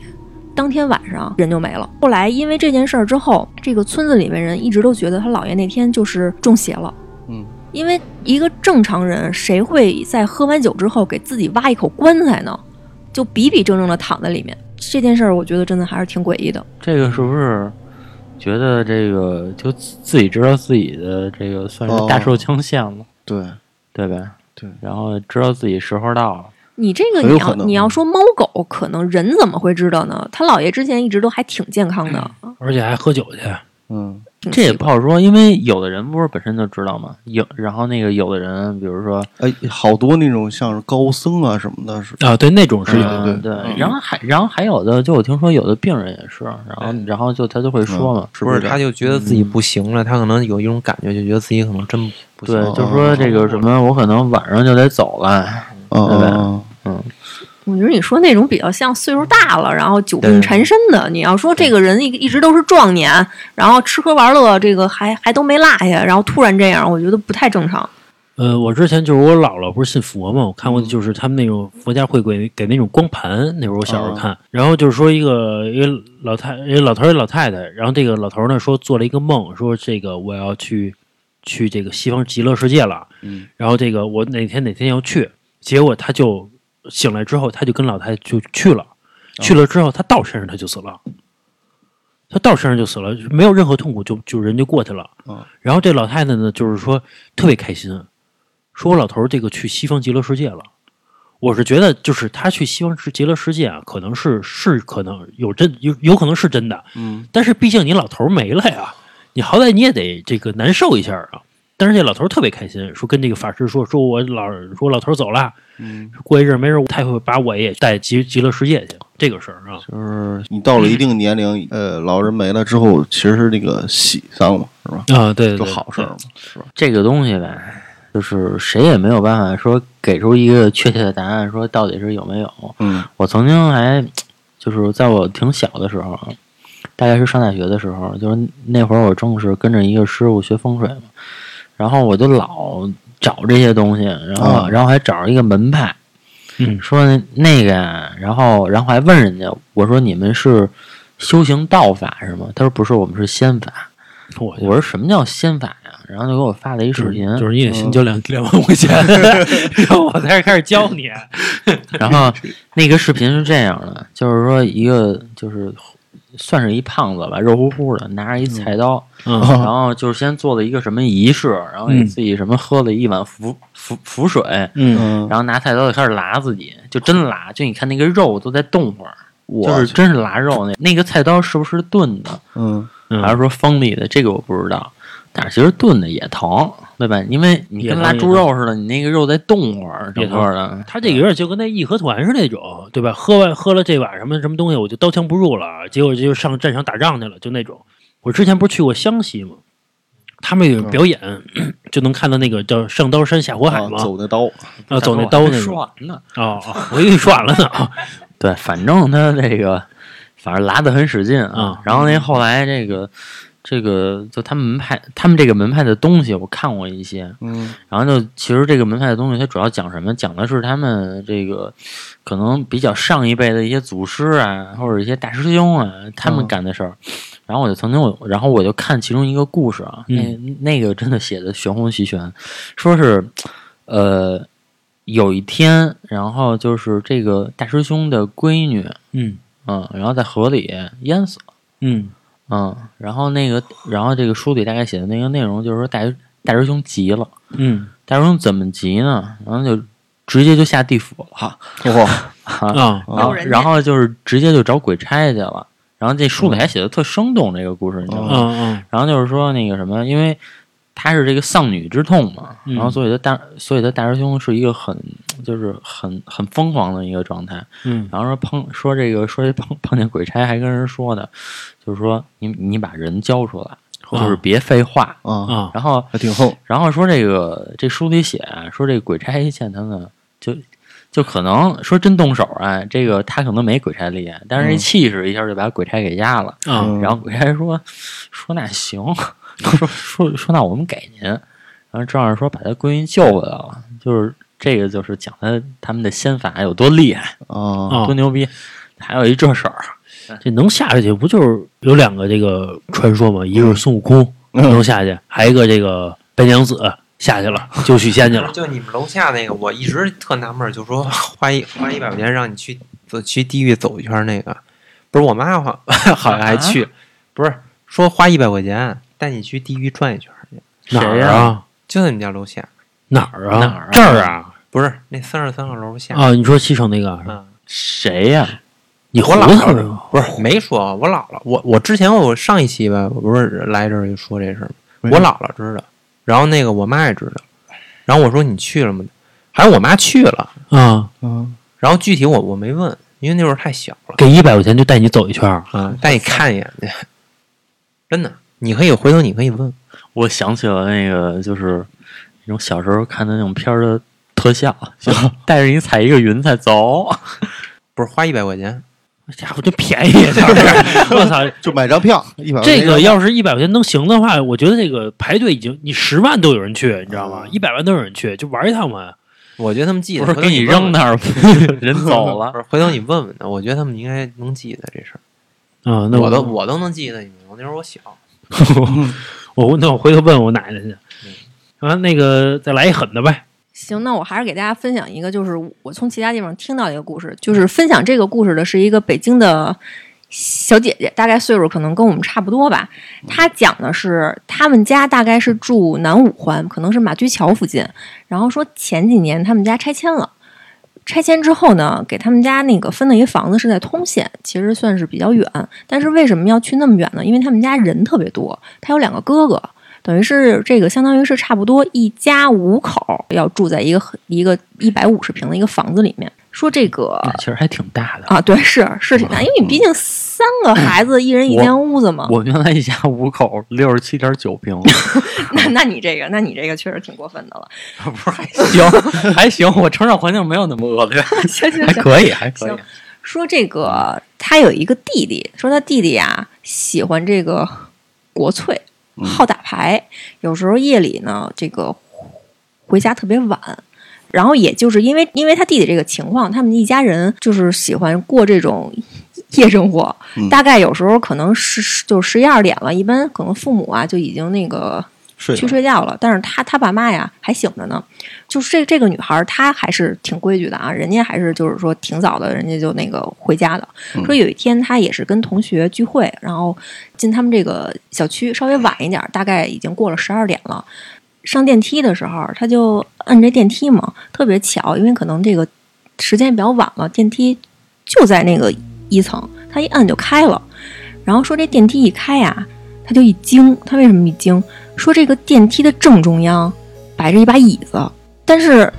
C: 当天晚上人就没了。后来因为这件事儿之后，这个村子里面人一直都觉得他姥爷那天就是中邪了。
B: 嗯，
C: 因为一个正常人谁会在喝完酒之后给自己挖一口棺材呢？就比比正正的躺在里面。这件事儿，我觉得真的还是挺诡异的。
D: 这个是不是觉得这个就自自己知道自己的这个算是
A: 哦
D: 大受惊吓了，
B: 对，
D: 对呗？
B: 对
D: 然后知道自己时候到了，
C: 你这个
B: 很有
C: 你要
B: 可能
C: 你要说猫狗，可能人怎么会知道呢？他姥爷之前一直都还挺健康的，啊
A: 而且还喝酒去，
B: 嗯
C: 挺
D: 这也
C: 奇
D: 不
C: 怪。
D: 好说，因为有的人不是本身就知道嘛，有然后那个有的人，比如说
B: 哎，好多那种像是高僧啊什么的，是
A: 啊，对，那种是有的。
D: 嗯
B: 对
D: 对，然后还然后还有的，就我听说有的病人也是，然后然后就他就会说嘛，
B: 是
E: 不是，
B: 这
E: 他
B: 样
E: 就觉得自己不行了，他可能有一种感觉，就觉得自己可能真不行
D: 对，
E: 了。
D: 就说这个什么，我可能晚上就得走了，
B: 嗯
D: 对吧
B: 嗯
C: 我觉得你说那种比较像岁数大了，然后久
E: 对
C: 病缠身的。你要说这个人一一直都是壮年，然后吃喝玩乐，这个还还都没落下，然后突然这样，我觉得不太正常。
A: 呃，我之前就是我姥姥不是信佛嘛，我看过就是他们那种佛家会给给那种光盘，那会儿我小时候看，然后就是说一个一个老太一个老头儿一老太太，然后这个老头儿呢说做了一个梦，说这个我要去去这个西方极乐世界了，
B: 嗯，
A: 然后这个我哪天哪天要去，结果他就醒来之后，他就跟老太太就去了，去了之后他到山上他就死了，他到山上就死了，没有任何痛苦就就人就过去了，
B: 嗯
A: 然后这老太太呢就是说特别开心，说我老头儿这个去西方极乐世界了。我是觉得，就是他去西方极乐世界啊，可能是是可能有真有有可能是真的，
B: 嗯
A: 但是毕竟你老头儿没了呀，你好歹你也得这个难受一下啊。但是这老头儿特别开心，说跟这个法师说，说我老说我老头儿走了，
B: 嗯，
A: 过一阵儿没准儿太会把我也带极极乐世界去，这个事儿啊。
B: 就是你到了一定年龄，呃，老人没了之后，其实是那个喜丧嘛，是吧？
A: 啊，对
B: 就好事儿嘛，是吧？
D: 这个东西吧，就是谁也没有办法说给出一个确切的答案，说到底是有没有。
B: 嗯
D: 我曾经还就是在我挺小的时候啊，大概是上大学的时候，就是那会儿我正是跟着一个师傅学风水嘛，然后我就老找这些东西，然后、
B: 啊
D: 然后还找着一个门派，
A: 嗯
D: 说那那个呀，然后然后还问人家，我说你们是修行道法是吗？他说不是，我们是仙法。
A: 我
D: 我说什么叫仙法呀？然后就给我发了一
A: 就
D: 视
A: 是
D: 频，
A: 就是你得先交两两万块 钱，然后我才开始教你。
D: 嗯 然后那个视频是这样的，就是说一个就是算是一胖子吧，肉乎乎的，拿着一菜刀，
A: 嗯
D: 然后就是先做了一个什么仪式，然后给
A: 嗯
D: 自己什么喝了一碗符符符水，
A: 嗯，
B: 嗯，
D: 然后拿菜刀就开始拉自己，就真拉，就你看那个肉都在动会儿，
B: 我
D: 就是真是拉肉那那个菜刀是不是钝的，
B: 嗯
D: 还是说锋利的？这个我不知道。但是其实钝的也疼，对吧？因为你
A: 也
D: 跟
A: 疼
D: 拉
A: 也
D: 猪
A: 疼
D: 肉似的，你那个肉在动会儿，
A: 也
D: 整个
A: 疼
D: 的。
A: 他这个有点就跟那义和团是那种，对吧？喝完喝了这碗什么什么东西，我就刀枪不入了，结果就上战场打仗去了，就那种。我之前不是去过湘西吗？他们有表演， 就能看到那个叫“上刀山下火海”
B: 啊
A: 嘛，
B: 走那刀，
A: 啊，走那
D: 我还
A: 刀
D: 没
A: 那
D: 说
A: 种。
D: 完呢。
A: 哦，哦我以为你说完了呢。啊
D: 对，反正他这个，反正拉得很使劲啊
A: 啊。
D: 然后那后来这个，这个就他们门派，他们这个门派的东西，我看过一些。
B: 嗯
D: 然后就其实这个门派的东西，它主要讲什么？讲的是他们这个可能比较上一辈的一些祖师啊，或者一些大师兄啊，他们
B: 嗯
D: 干的事儿。然后我就曾经我，然后我就看其中一个故事啊，那那个真的写的玄乎其玄，说是呃有一天，然后就是这个大师兄的闺女，
A: 嗯
D: 嗯，然后在河里淹死了，
A: 嗯
D: 嗯，然后那个，然后这个书里大概写的那个内容就是说大师大师兄急了。
A: 嗯
D: 大师兄怎么急呢？然后就直接就下地府了，
B: 哇，
A: 啊
B: 啊
D: 然后
C: 人家
D: 然后就是直接就找鬼差去了。然后这书里还写的特生动，这个故事你知道
A: 啊
D: 吗？
A: 啊
D: 然后就是说那个什么，因为他是这个丧女之痛嘛，
A: 嗯
D: 然后所以他大，所以他大师兄是一个很就是很很疯狂的一个状态。
A: 嗯
D: 然后说碰说这个说这碰碰见鬼差，还跟人说呢，就是说你你把人交出来，就是别废话。
B: 啊，
A: 啊
D: 然后
B: 还挺厚，
D: 然后说这个这书里写啊说这个鬼差一见他呢，就就可能说真动手啊，这个他可能没鬼差厉害，但是这
B: 嗯
D: 气势一下就把鬼差给压了。
A: 啊
B: 嗯
D: 然后鬼差说说那行， 说说说那我们给您。然后正好说把他闺女救回来了，就是这个就是讲他他们的仙法有多厉害，
B: 啊，
A: 啊
D: 多！牛逼，还有一这事儿。
A: 这能下去不就是有两个这个传说吗？一个是孙悟空能下去，还有一个这个白娘子下去了，就许仙去了。
E: 就你们楼下那个，我一直特纳闷儿，就说花一花一百块钱让你去走去地狱走一圈儿那个，不是我妈好 好像还去，不是说花一百块钱带你去地狱转一圈儿去，
A: 哪
D: 谁
A: 儿
D: 呀
A: 啊？
E: 就在你们家楼下，
A: 哪儿啊？
D: 哪儿啊
A: 这儿啊？
E: 不是那三十三号楼下
A: 啊，你说西城那个？
E: 嗯
D: 谁呀、
A: 啊你
E: 我
A: 胡
E: 姥
A: 闹
E: 姥
A: 是
E: 是
A: 吗？
E: 不是没说，啊我姥姥，我我之前我上一期吧，我不是来这儿就说这事儿吗？我姥姥知道，然后那个我妈也知道，然后我说你去了吗？好像我妈去了，
A: 啊，
B: 嗯，
E: 然后具体我我没问，因为那会儿太小了
A: 给一百块钱就带你走一圈儿。
E: 啊，带你看一眼去，真的，你可以回头你可以问，
D: 我想起了那个，就是那种小时候看的那种片儿的特效，就带着你踩一个云彩走。
E: 不是花一百块钱，
A: 这家伙真便宜，
D: 啊
A: 这是 我操！
B: 就买张票，一百
A: 这个要是一百块钱能行的话，我觉得这个排队已经你十万都有人去，你知道吗？一百万都有人去，就玩一趟嘛。
E: 我觉得他们记
D: 不
E: 得，
D: 是
E: 回头
D: 给你
E: 问问
D: 扔那儿，人走了
E: 不。是回头你问问他，我觉得他们应该能记得这事儿，
A: 啊，那
E: 我都我都能记得，你明白吗？那时候我小，
A: 我那我回头问我奶奶去。啊，那个再来一狠的呗。
C: 行，那我还是给大家分享一个，就是我从其他地方听到的一个故事，就是分享这个故事的是一个北京的小姐姐，大概岁数可能跟我们差不多吧。她讲的是他们家大概是住南五环，可能是马驹桥附近，然后说前几年他们家拆迁了。拆迁之后呢，给他们家那个分了一房子是在通县，其实算是比较远。但是为什么要去那么远呢？因为他们家人特别多，他有两个哥哥，等于是这个相当于是差不多一家五口要住在一个很一个一百五十平的一个房子里面。说这个
D: 那其实还挺大的。
C: 啊，对，是是挺难，因为你毕竟三个孩子，一人一间屋子嘛。
D: 嗯我们原来一家五口，六十七点九平，
C: 那 那你这个，那你这个确实挺过分的了。
D: 不是还行还行，我成长环境没有那么恶劣，
C: 行行
D: 还
C: 行，
D: 可以，还可以
C: 行。说这个他有一个弟弟，说他弟弟呀喜欢这个国粹，
D: 嗯
C: 好打牌，有时候夜里呢这个回家特别晚。然后也就是因为因为他弟弟这个情况，他们一家人就是喜欢过这种夜生活，
B: 嗯
C: 大概有时候可能十就十一二点了，一般可能父母啊就已经那个
B: 睡
C: 去睡觉了，但是她她爸妈呀还醒着呢。就是这这个女孩儿，她还是挺规矩的啊，人家还是就是说挺早的，人家就那个回家的。说有一天她也是跟同学聚会，然后进他们这个小区稍微晚一点儿，大概已经过了十二点了。上电梯的时候，她就摁这电梯嘛，特别巧，因为可能这个时间比较晚了，电梯就在那个一层，她一摁就开了。然后说这电梯一开呀、她就一惊，她为什么一惊？说这个电梯的正中央摆着一把椅子，但是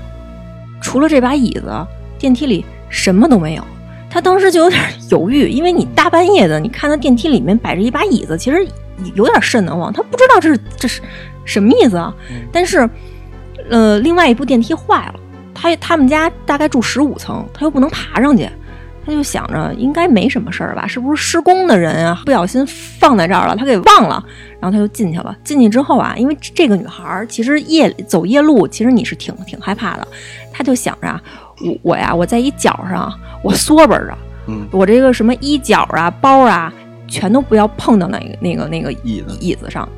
C: 除了这把椅子，电梯里什么都没有。他当时就有点犹豫，因为你大半夜的，你看到电梯里面摆着一把椅子，其实有点瘆得慌。他不知道这是这是什么意思啊。但是，呃，另外一部电梯坏了，他他们家大概住十五层，他又不能爬上去。他就想着应该没什么事儿吧，是不是施工的人啊不小心放在这儿了，他给忘了，然后他就进去了。进去之后啊，因为这个女孩儿其实夜走夜路，其实你是挺挺害怕的。她就想着啊，我我呀，我在一角上，我缩本着，
B: 嗯
C: 我这个什么衣角啊、包啊，全都不要碰到那个那个那个
B: 椅子
C: 椅子上。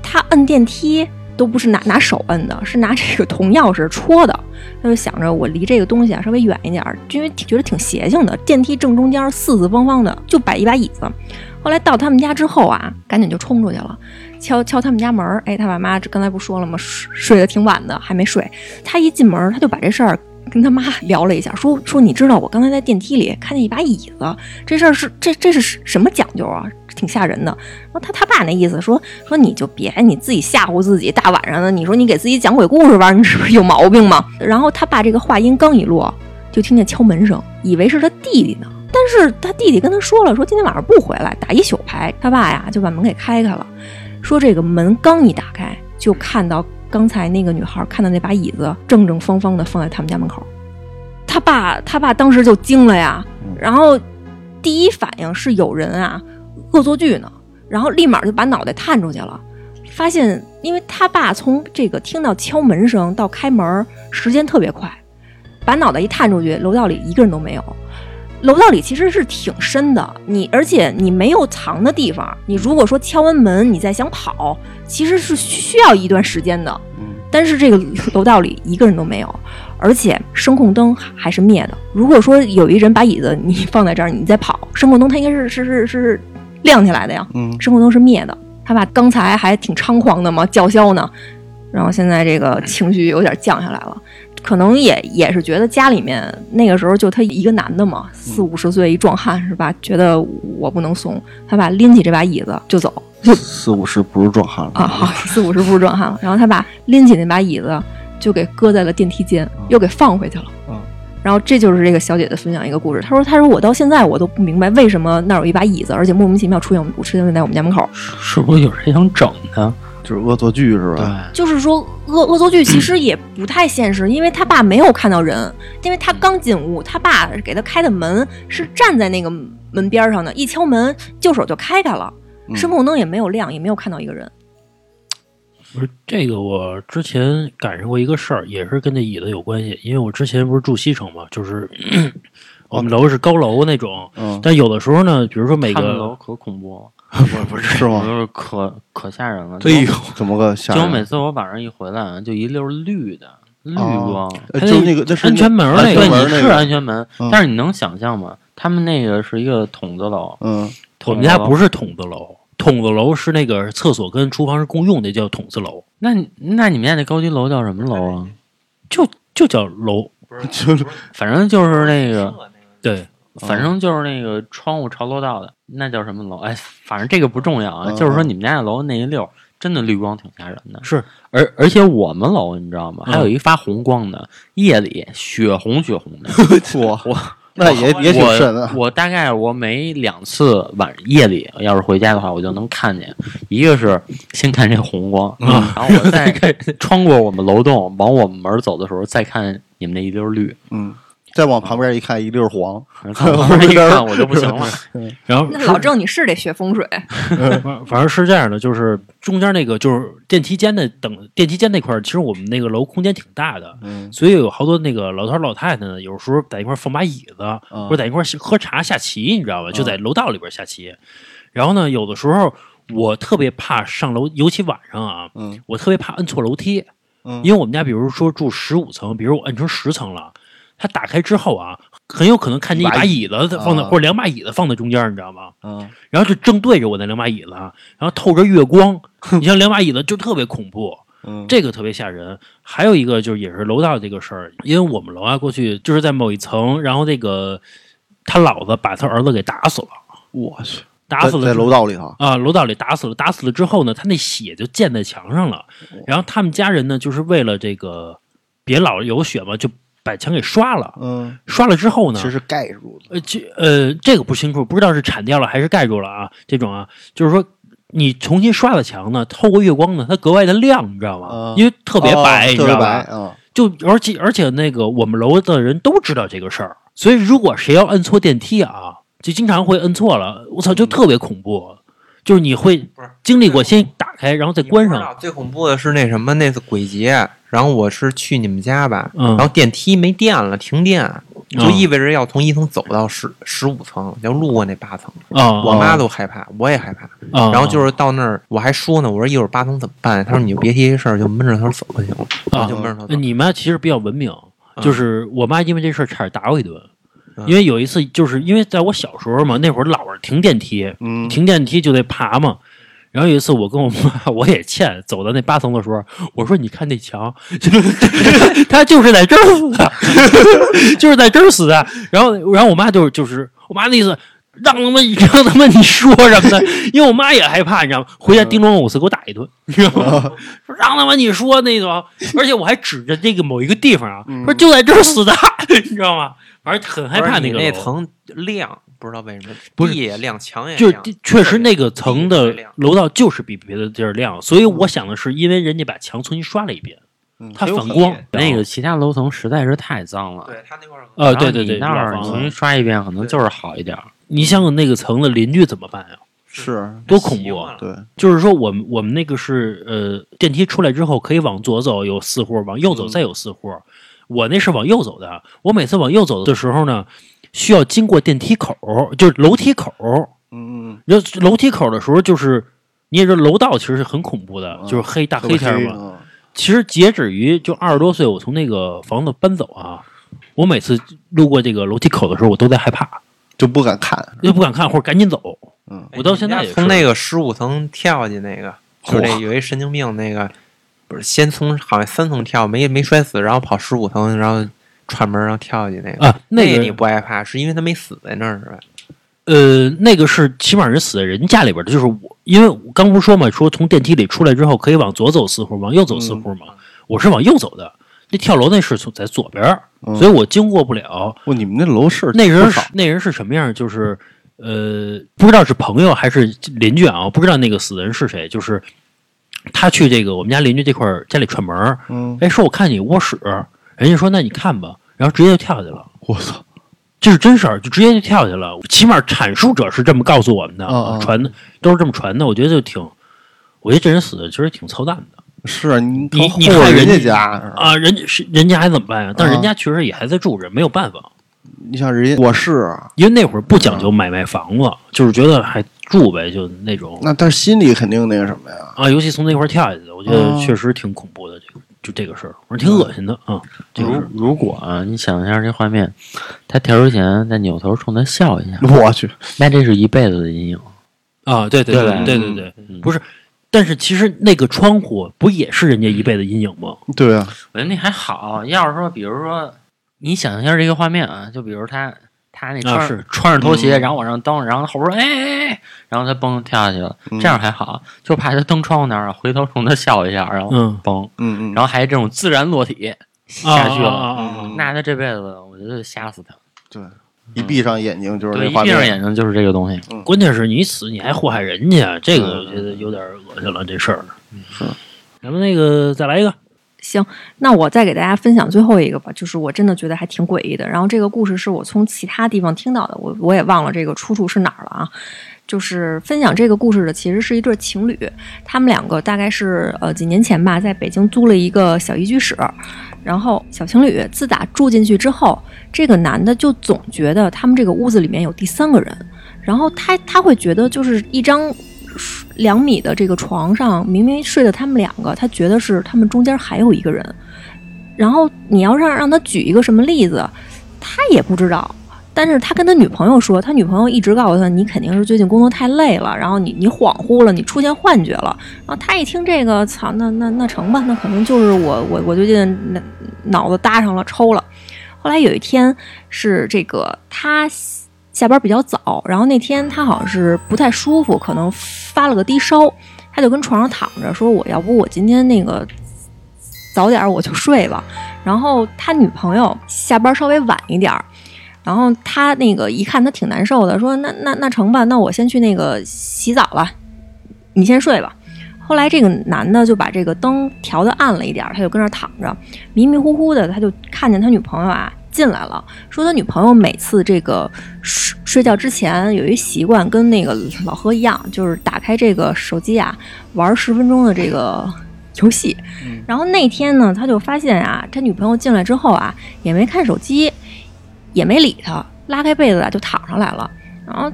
C: 她摁电梯都不是拿拿手摁的，是拿这个铜钥匙戳的。她就想着我离这个东西啊稍微远一点儿，因为挺觉得挺邪性的。电梯正中间四四方方的就摆一把椅子。后来到他们家之后啊，赶紧就冲出去了。敲敲他们家门儿，哎，他爸妈这刚才不说了吗？睡睡得挺晚的，还没睡。他一进门儿，他就把这事儿跟他妈聊了一下，说说你知道我刚才在电梯里看见一把椅子，这事儿是这这是什么讲究啊？挺吓人的。然后他他爸那意思说说你就别你自己吓唬自己，大晚上的你说你给自己讲鬼故事吧，你是不是有毛病吗？然后他爸这个话音刚一落，就听见敲门声，以为是他弟弟呢。但是他弟弟跟他说了，说今天晚上不回来，打一宿牌。他爸呀就把门给开开了，说这个门刚一打开，就看到刚才那个女孩看到那把椅子正正方方的放在他们家门口。他爸他爸当时就惊了呀，然后第一反应是有人啊恶作剧呢，然后立马就把脑袋探出去了，发现因为他爸从这个听到敲门声到开门时间特别快，把脑袋一探出去，楼道里一个人都没有。楼道里其实是挺深的，你而且你没有藏的地方，你如果说敲完门你再想跑，其实是需要一段时间的。但是这个楼道里一个人都没有，而且声控灯还是灭的。如果说有一人把椅子你放在这儿，你再跑，声控灯它应该是是是是亮起来的呀，
B: 嗯
C: 声控灯是灭的。他爸刚才还挺猖狂的嘛，叫嚣呢，然后现在这个情绪有点降下来了。可能也也是觉得家里面那个时候就他一个男的嘛，四五十岁一壮汉是吧？觉得我不能怂，他把拎起这把椅子就走
B: 四五十不是壮汉了
C: 啊，好，四五十不是壮汉了。然后他把拎起那把椅子就给搁在了电梯间，又给放回去了。
B: 嗯
C: 然后这就是这个小姐姐分享一个故事，她说：“她说我到现在我都不明白为什么那儿有一把椅子，而且莫名其妙出现我出现在我们家门口。
D: 是不是有人想整他？
B: 就是恶作剧是吧？
C: 就是说恶恶作剧其实也不太现实，因为他爸没有看到人，因为他刚进屋，他爸给他开的门是站在那个门边上的，一敲门右手就开开了，
B: 嗯
C: 声控灯也没有亮，也没有看到一个人。
A: 不是这个，我之前赶上过一个事儿，也是跟那椅子有关系。因为我之前不是住西城嘛，就是我们楼是高楼那种，
B: 嗯，
A: 但有的时候呢，比如说每
D: 他们楼
A: 个
D: 可恐怖了，
B: 不是是
D: 我
B: 吗？
D: 就是可可吓人了。
B: 哎呦，怎么个吓
D: 就我每
B: 人？
D: 次我晚上一回来，就一溜绿的绿光，
B: 呃就那个那是
A: 哎安全门儿
B: 那
A: 那
B: 个
A: 个
D: 啊
A: 啊
B: 安全门那
D: 对，你是
B: 个
D: 安全门
B: 嗯，
D: 但是你能想象吗？他们那个是一个筒子楼，
B: 嗯
A: 我们家不是筒子楼，筒子楼是那个厕所跟厨房是共用的，叫筒子楼，
D: 那你那你们家那高级楼叫什么楼啊？
A: 就就叫楼。
B: 就是
D: 反正就是那
A: 嗯
D: 个，
A: 对，
D: 反正就是那个窗户朝楼道的，那叫什么楼？哎，反正这个不重要啊。
B: 嗯
D: 就是说你们家那楼那一溜儿，真的绿光挺吓人的。
A: 是，
D: 而而且我们楼你知道吗？
A: 嗯
D: 还有一发红光的，夜里血红血红的。
B: 我我那也也挺
D: 我
B: 瘆 的。
D: 我大概我每两次晚夜里要是回家的话，我就能看见，一个是先看这红光，
A: 嗯
D: 然后 我再穿过我们楼栋往我们门走的时候，再看你们那一 溜绿，
B: 嗯，再往旁边一看，一溜黄。
D: 然后往那一看我就不 行了。
A: 然后
C: 那 老郑，你是得学风水，
A: 反反正是这样的，就是中间那个就是电梯间的等电梯间那块儿，其实我们那个楼空间挺大的，
B: 嗯
A: 所以有好多那个老头儿老太太呢，有时候在一块儿放把椅子，
B: 嗯
A: 或者在一块儿喝茶下棋，你知道吧？就在楼道里边下棋。然后呢，有的时候我特别怕上楼，尤其晚上啊，
B: 嗯
A: 我特别怕摁错楼梯，
B: 嗯
A: 因为我们家比如说住十五层，比如我摁成十层了，它打开之后啊，很有可能看见一把椅子放在、
B: 啊
A: 或者两把椅子放在中间，你知道吗？
B: 嗯
A: 然后就正对着我那两把椅子啊，然后透着月 光，你像两把椅子就特别恐怖，
B: 嗯，
A: 这个特别吓人。还有一个就是也是楼道这个事儿，因为我们楼啊过去就是在某一层，然后那个他姥子把他儿子给打死了，
B: 我去，
A: 打死
B: 在
A: 了
B: 在
A: 之后
B: 楼道里头。
A: 啊，楼道里打死了，打死了之后呢，他那血就溅在墙上了。
B: 哦
A: 然后他们家人呢，就是为了这个别老有血嘛，就把墙给刷了。
B: 嗯，
A: 刷了之后呢
B: 其，实盖住的。
A: 呃，这呃，这个不清楚，不知道是铲掉了还是盖住了啊。这种啊，就是说你重新刷的墙呢，透过月光呢，它格外的亮，你知道吗？
B: 啊
A: 因为特别白，
B: 哦
A: 你
B: 特
A: 知
B: 别
A: 道
B: 白
A: 吧？
B: 啊。
A: 就而且而且那个我们楼的人都知道这个事儿，所以如果谁要摁错电梯啊，就经常会摁错了，我操，就特别恐怖。就是你会
E: 不是
A: 经历过先打开，然后再关
E: 你不知
A: 上，
E: 道啊最恐怖的是那什么，那次鬼节，然后我是去你们家吧，
A: 嗯
E: 然后电梯没电了，停电，就意味着要从一层走到十十五层，要路过那八层。
A: 啊
E: 我妈都害怕，我也害怕。
A: 啊！
E: 然后就是到那儿，我还说呢，我说一会儿八层怎么办？她说你就别提这事儿，就闷着头走就行了。
A: 啊
E: 就闷着头走
A: 呃。你妈其实比较文明，
E: 嗯
A: 就是我妈因为这事儿差点打我一顿，
E: 嗯
A: 因为有一次就是因为在我小时候嘛，那会儿老是停电梯，
B: 嗯，
A: 停电梯就得爬嘛。然后有一次，我跟我妈， 我也欠，走到那八层的时候，我说：“你看那墙， 他就是在这儿死的， 就是在这儿死的。”然后，然后我妈就是就是我妈那意思，让他们让他们你说什么呢？ 因为我妈也害怕，你知道吗？回家叮咚五四给我打一顿，你知道吗？ 说让他们你说那种，而且我还指着这个某一个地方啊，说就在这儿死的， 你知道吗？反正很害怕
E: 不是
A: 那
E: 你
A: 个
E: 那
A: 楼
E: 层亮，不知道为什么，
A: 不是
E: 地也亮，墙也
A: 就
E: 亮
A: 是，确实那个嗯层
E: 地
A: 的
E: 也亮
A: 楼道就是比别的地儿亮，所以我想的是，因为人家把墙重新刷了一遍
B: 嗯，
A: 它反
E: 很有
A: 光
E: 意思
D: 那个其他楼层实在是太脏了。
E: 对他那块儿
A: 呃，
D: 然后
A: 对对对，
D: 你那儿
A: 老房
D: 重新
A: 子
D: 刷一遍，可能就是好一点儿。
A: 你想想那个层的邻居怎么办呀？
B: 是，
A: 多恐
E: 习
A: 怖！
E: 惯
A: 啊！
E: 了
B: 对，
A: 就是说，我们我们那个是呃，电梯出来之后可以往左走有四户，往右走再有四户。我那是往右走的，我每次往右走的时候呢，需要经过电梯口，就是楼梯口。
B: 嗯嗯，
A: 然后楼梯口的时候，就是你也知道，楼道其实是很恐怖的，就是黑大
B: 特
A: 黑
B: 别
A: 天儿嘛。
B: 嗯
A: 其实截止于就二十多岁，我从那个房子搬走啊，我每次路过这个楼梯口的时候，我都在害怕，
B: 就不敢看。
A: 又不敢看或者赶紧走。
B: 嗯
E: 哎
A: 我到现在也是
E: 从那个十五层跳下去那个，就那有一神经病那个，不是先从好像三层跳，没没摔死，然后跑十五层，然后串门，然后跳下去那个。
A: 啊，
E: 那
A: 那个
E: 你不害怕，是因为他没死在那儿是吧？
A: 呃，那个是起码人死在人家里边的，就是我，因为我刚不是说嘛，说从电梯里出来之后可以往左走四户，往右走四户嘛，我是往右走的，那跳楼那是从在左边儿，
B: 嗯
A: 所以我经过不了。
B: 哇，你们那楼是
A: 那人
B: 不
A: 是
B: 少
A: 那人是什么样？就是呃，不知道是朋友还是邻居啊，我不知道那个死的人是谁，就是。他去这个我们家邻居这块儿家里串门儿，
B: 嗯，
A: 哎，说我看你窝屎，人家说那你看吧，然后直接就跳下去了。
B: 我操，
A: 这是真事儿，就直接就跳下去了。起码阐述者是这么告诉我们的，
B: 嗯嗯
A: 传的都是这么传的。我觉得就挺，我觉得这人死的其实挺操蛋的
B: 是啊你
A: 你
B: 偷
A: 你
B: 偷
A: 看人
B: 人家家，
A: 啊。人家是人家还怎么办呀？但是
B: 嗯
A: 人家确实也还在住着，没有办法，
B: 你像人家我是，啊
A: 因为那会儿不讲究买卖房子，就是觉得还住呗，就那种
B: 那但是心里肯定那个什么呀，
A: 啊。尤其从那块儿跳下去的，我觉得
B: 嗯
D: 哦
A: 确实挺恐怖的。这个就这个事儿，我说挺
D: 嗯
A: 恶心的啊。这个事
D: 如
A: 儿
D: 如果啊，你想一下这画面，他跳楼前再扭头冲他笑 一下，
B: 我去，
D: 那这是一辈子的阴影。
A: 啊，对对
D: 对
A: 对
D: 吧
A: 对对对，
D: 嗯
A: 不是。但是其实那个窗户不也是人家一辈子阴影吗？
B: 对啊，
D: 我觉得那还好。要是说，比如说，你想象一下这个画面啊，就比如他他那穿、
A: 啊是
D: 穿上拖鞋，
B: 嗯
D: 然后往上蹬，然后后边哎哎哎，然后他蹦跳下去了，
B: 嗯
D: 这样还好，就怕他蹬窗户那儿了，回头冲他笑一下，然后
A: 嗯，
D: 蹦，
B: 嗯嗯，
D: 然后还这种自然落体下去
A: 啊
D: 了。嗯
A: 啊啊啊啊
D: 那他这辈子，我觉得吓死他。
B: 对，嗯一闭上眼睛就是
D: 对，
B: 那
D: 一
B: 画
D: 闭上
B: 面，
D: 眼睛就是这个东西。
A: 关键是你死你还祸害人家，这个
B: 嗯
A: 我觉得有点恶心了，这事儿。
D: 嗯
A: 嗯咱们那个再来一个，
C: 行，那我再给大家分享最后一个吧，就是我真的觉得还挺诡异的。然后这个故事是我从其他地方听到的，我我也忘了这个出处是哪儿了啊。就是分享这个故事的其实是一对情侣，他们两个大概是呃几年前吧，在北京租了一个小一居室。然后小情侣自打住进去之后，这个男的就总觉得他们这个屋子里面有第三个人，然后他他会觉得就是一张两米的这个床上，明明睡的他们两个，他觉得是他们中间还有一个人。然后你要让让他举一个什么例子，他也不知道。但是他跟他女朋友说，他女朋友一直告诉他，你肯定是最近工作太累了，然后你你恍惚了，你出现幻觉了。然后他一听这个，操，那那那成吧，那肯定就是我我我最近那脑子搭上了，抽了。后来有一天是这个他下下班比较早，然后那天他好像是不太舒服，可能发了个低烧，他就跟床上躺着说：“我要不我今天那个早点儿我就睡吧。”然后他女朋友下班稍微晚一点儿。然后他那个一看他挺难受的，说那那那成吧，那我先去那个洗澡吧，你先睡吧。后来这个男的就把这个灯调的暗了一点儿，他就跟那儿躺着，迷迷糊糊的，他就看见他女朋友啊进来了，说他女朋友每次这个睡睡觉之前有一习惯，跟那个老何一样，就是打开这个手机啊，玩十分钟的这个游戏。然后那天呢，他就发现啊，他女朋友进来之后啊，也没看手机，也没理他，拉开被子啊就躺上来了。然后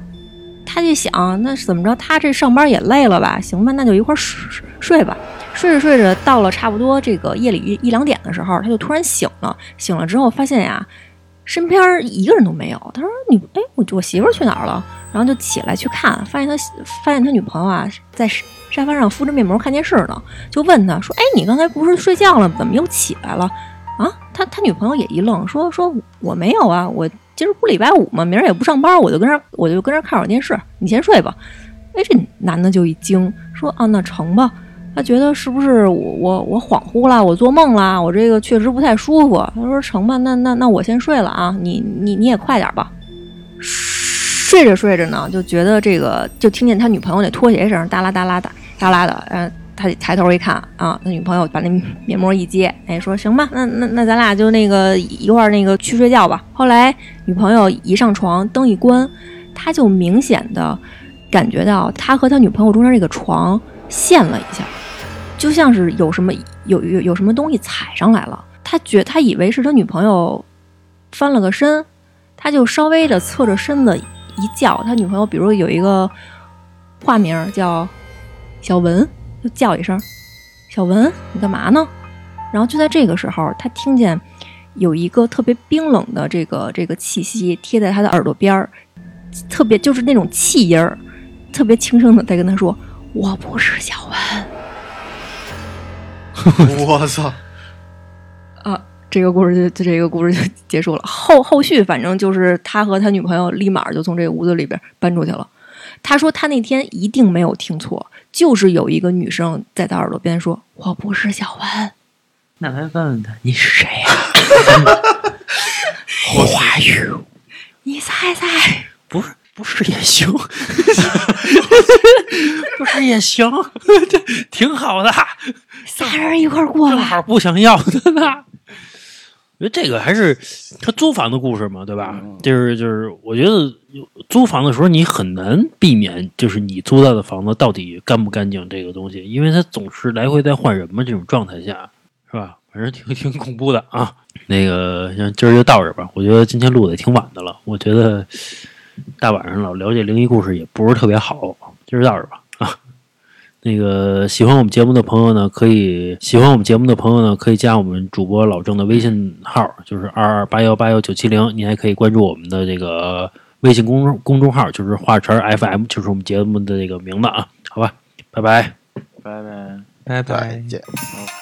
C: 他就想，那是怎么着？他这上班也累了吧？行吧，那就一块儿睡睡睡吧。睡着睡着，到了差不多这个夜里一一两点的时候，他就突然醒了。醒了之后发现呀、身边儿一个人都没有。他说：“你哎，我我媳妇儿去哪儿了？”然后就起来去看，发现他发现他女朋友啊在沙发上敷着面膜看电视呢，就问他说：“哎，你刚才不是睡觉了，怎么又起来了？”啊，他他女朋友也一愣，说：“说我没有啊，我今儿不礼拜五嘛，明儿也不上班，我就跟这儿我就跟这儿看会儿电视，你先睡吧。”哎，这男的就一惊，说：“啊，那成吧。”他觉得是不是我我我恍惚啦，我做梦啦，我这个确实不太舒服。他说成吧，那那那我先睡了啊，你你你也快点吧。睡着睡着呢，就觉得这个就听见他女朋友那拖鞋声哒啦哒啦哒哒啦的，嗯、他抬头一看啊，他女朋友把那面膜一揭，哎，说行吧，那那那咱俩就那个一块儿那个去睡觉吧。后来女朋友一上床，灯一关，他就明显的感觉到他和他女朋友中间这个床陷了一下。就像是有什么有有有什么东西踩上来了，他觉他以为是他女朋友翻了个身，他就稍微的侧着身子一叫，他女朋友比如有一个化名儿叫小文，就叫一声小文，你干嘛呢？然后就在这个时候，他听见有一个特别冰冷的这个这个气息贴在他的耳朵边儿，特别就是那种气音儿，特别轻声的在跟他说：“我不是小文。”
B: 我操！
C: 这个故事就就这个故事就结束了。后后续反正就是他和他女朋友立马就从这个屋子里边搬出去了。他说他那天一定没有听错，就是有一个女生在他耳朵边说：“我不是小文。
D: 那来问问他，你是谁
A: 啊
D: 呀、
A: 我怀疑”
C: 你猜猜，
D: 不是，不是也行， 不是也行， 这挺好的，
C: 仨人一块儿过
D: 正
C: 来。
D: 好不想要的呢。
A: 因为这个还是他租房的故事嘛，对吧？就是就是，我觉得租房的时候你很难避免，就是你租到的房子到底干不干净这个东西，因为它总是来回在换人嘛，这种状态下是吧？反正挺 挺恐怖的啊。那个，像今儿就到这儿吧。我觉得今天录的也挺晚的了，我觉得大晚上老了解灵异故事也不是特别好。今儿到这儿吧啊。那个喜欢我们节目的朋友呢，可以喜欢我们节目的朋友呢，可以加我们主播老郑的微信号，就是二二八幺八幺九七零。你还可以关注我们的这个微信公众公众号，就是华晨 FM，就是我们节目的这个名字啊。好吧，拜拜。
D: 拜拜。
B: 再
E: 拜拜。
B: 见。
D: OK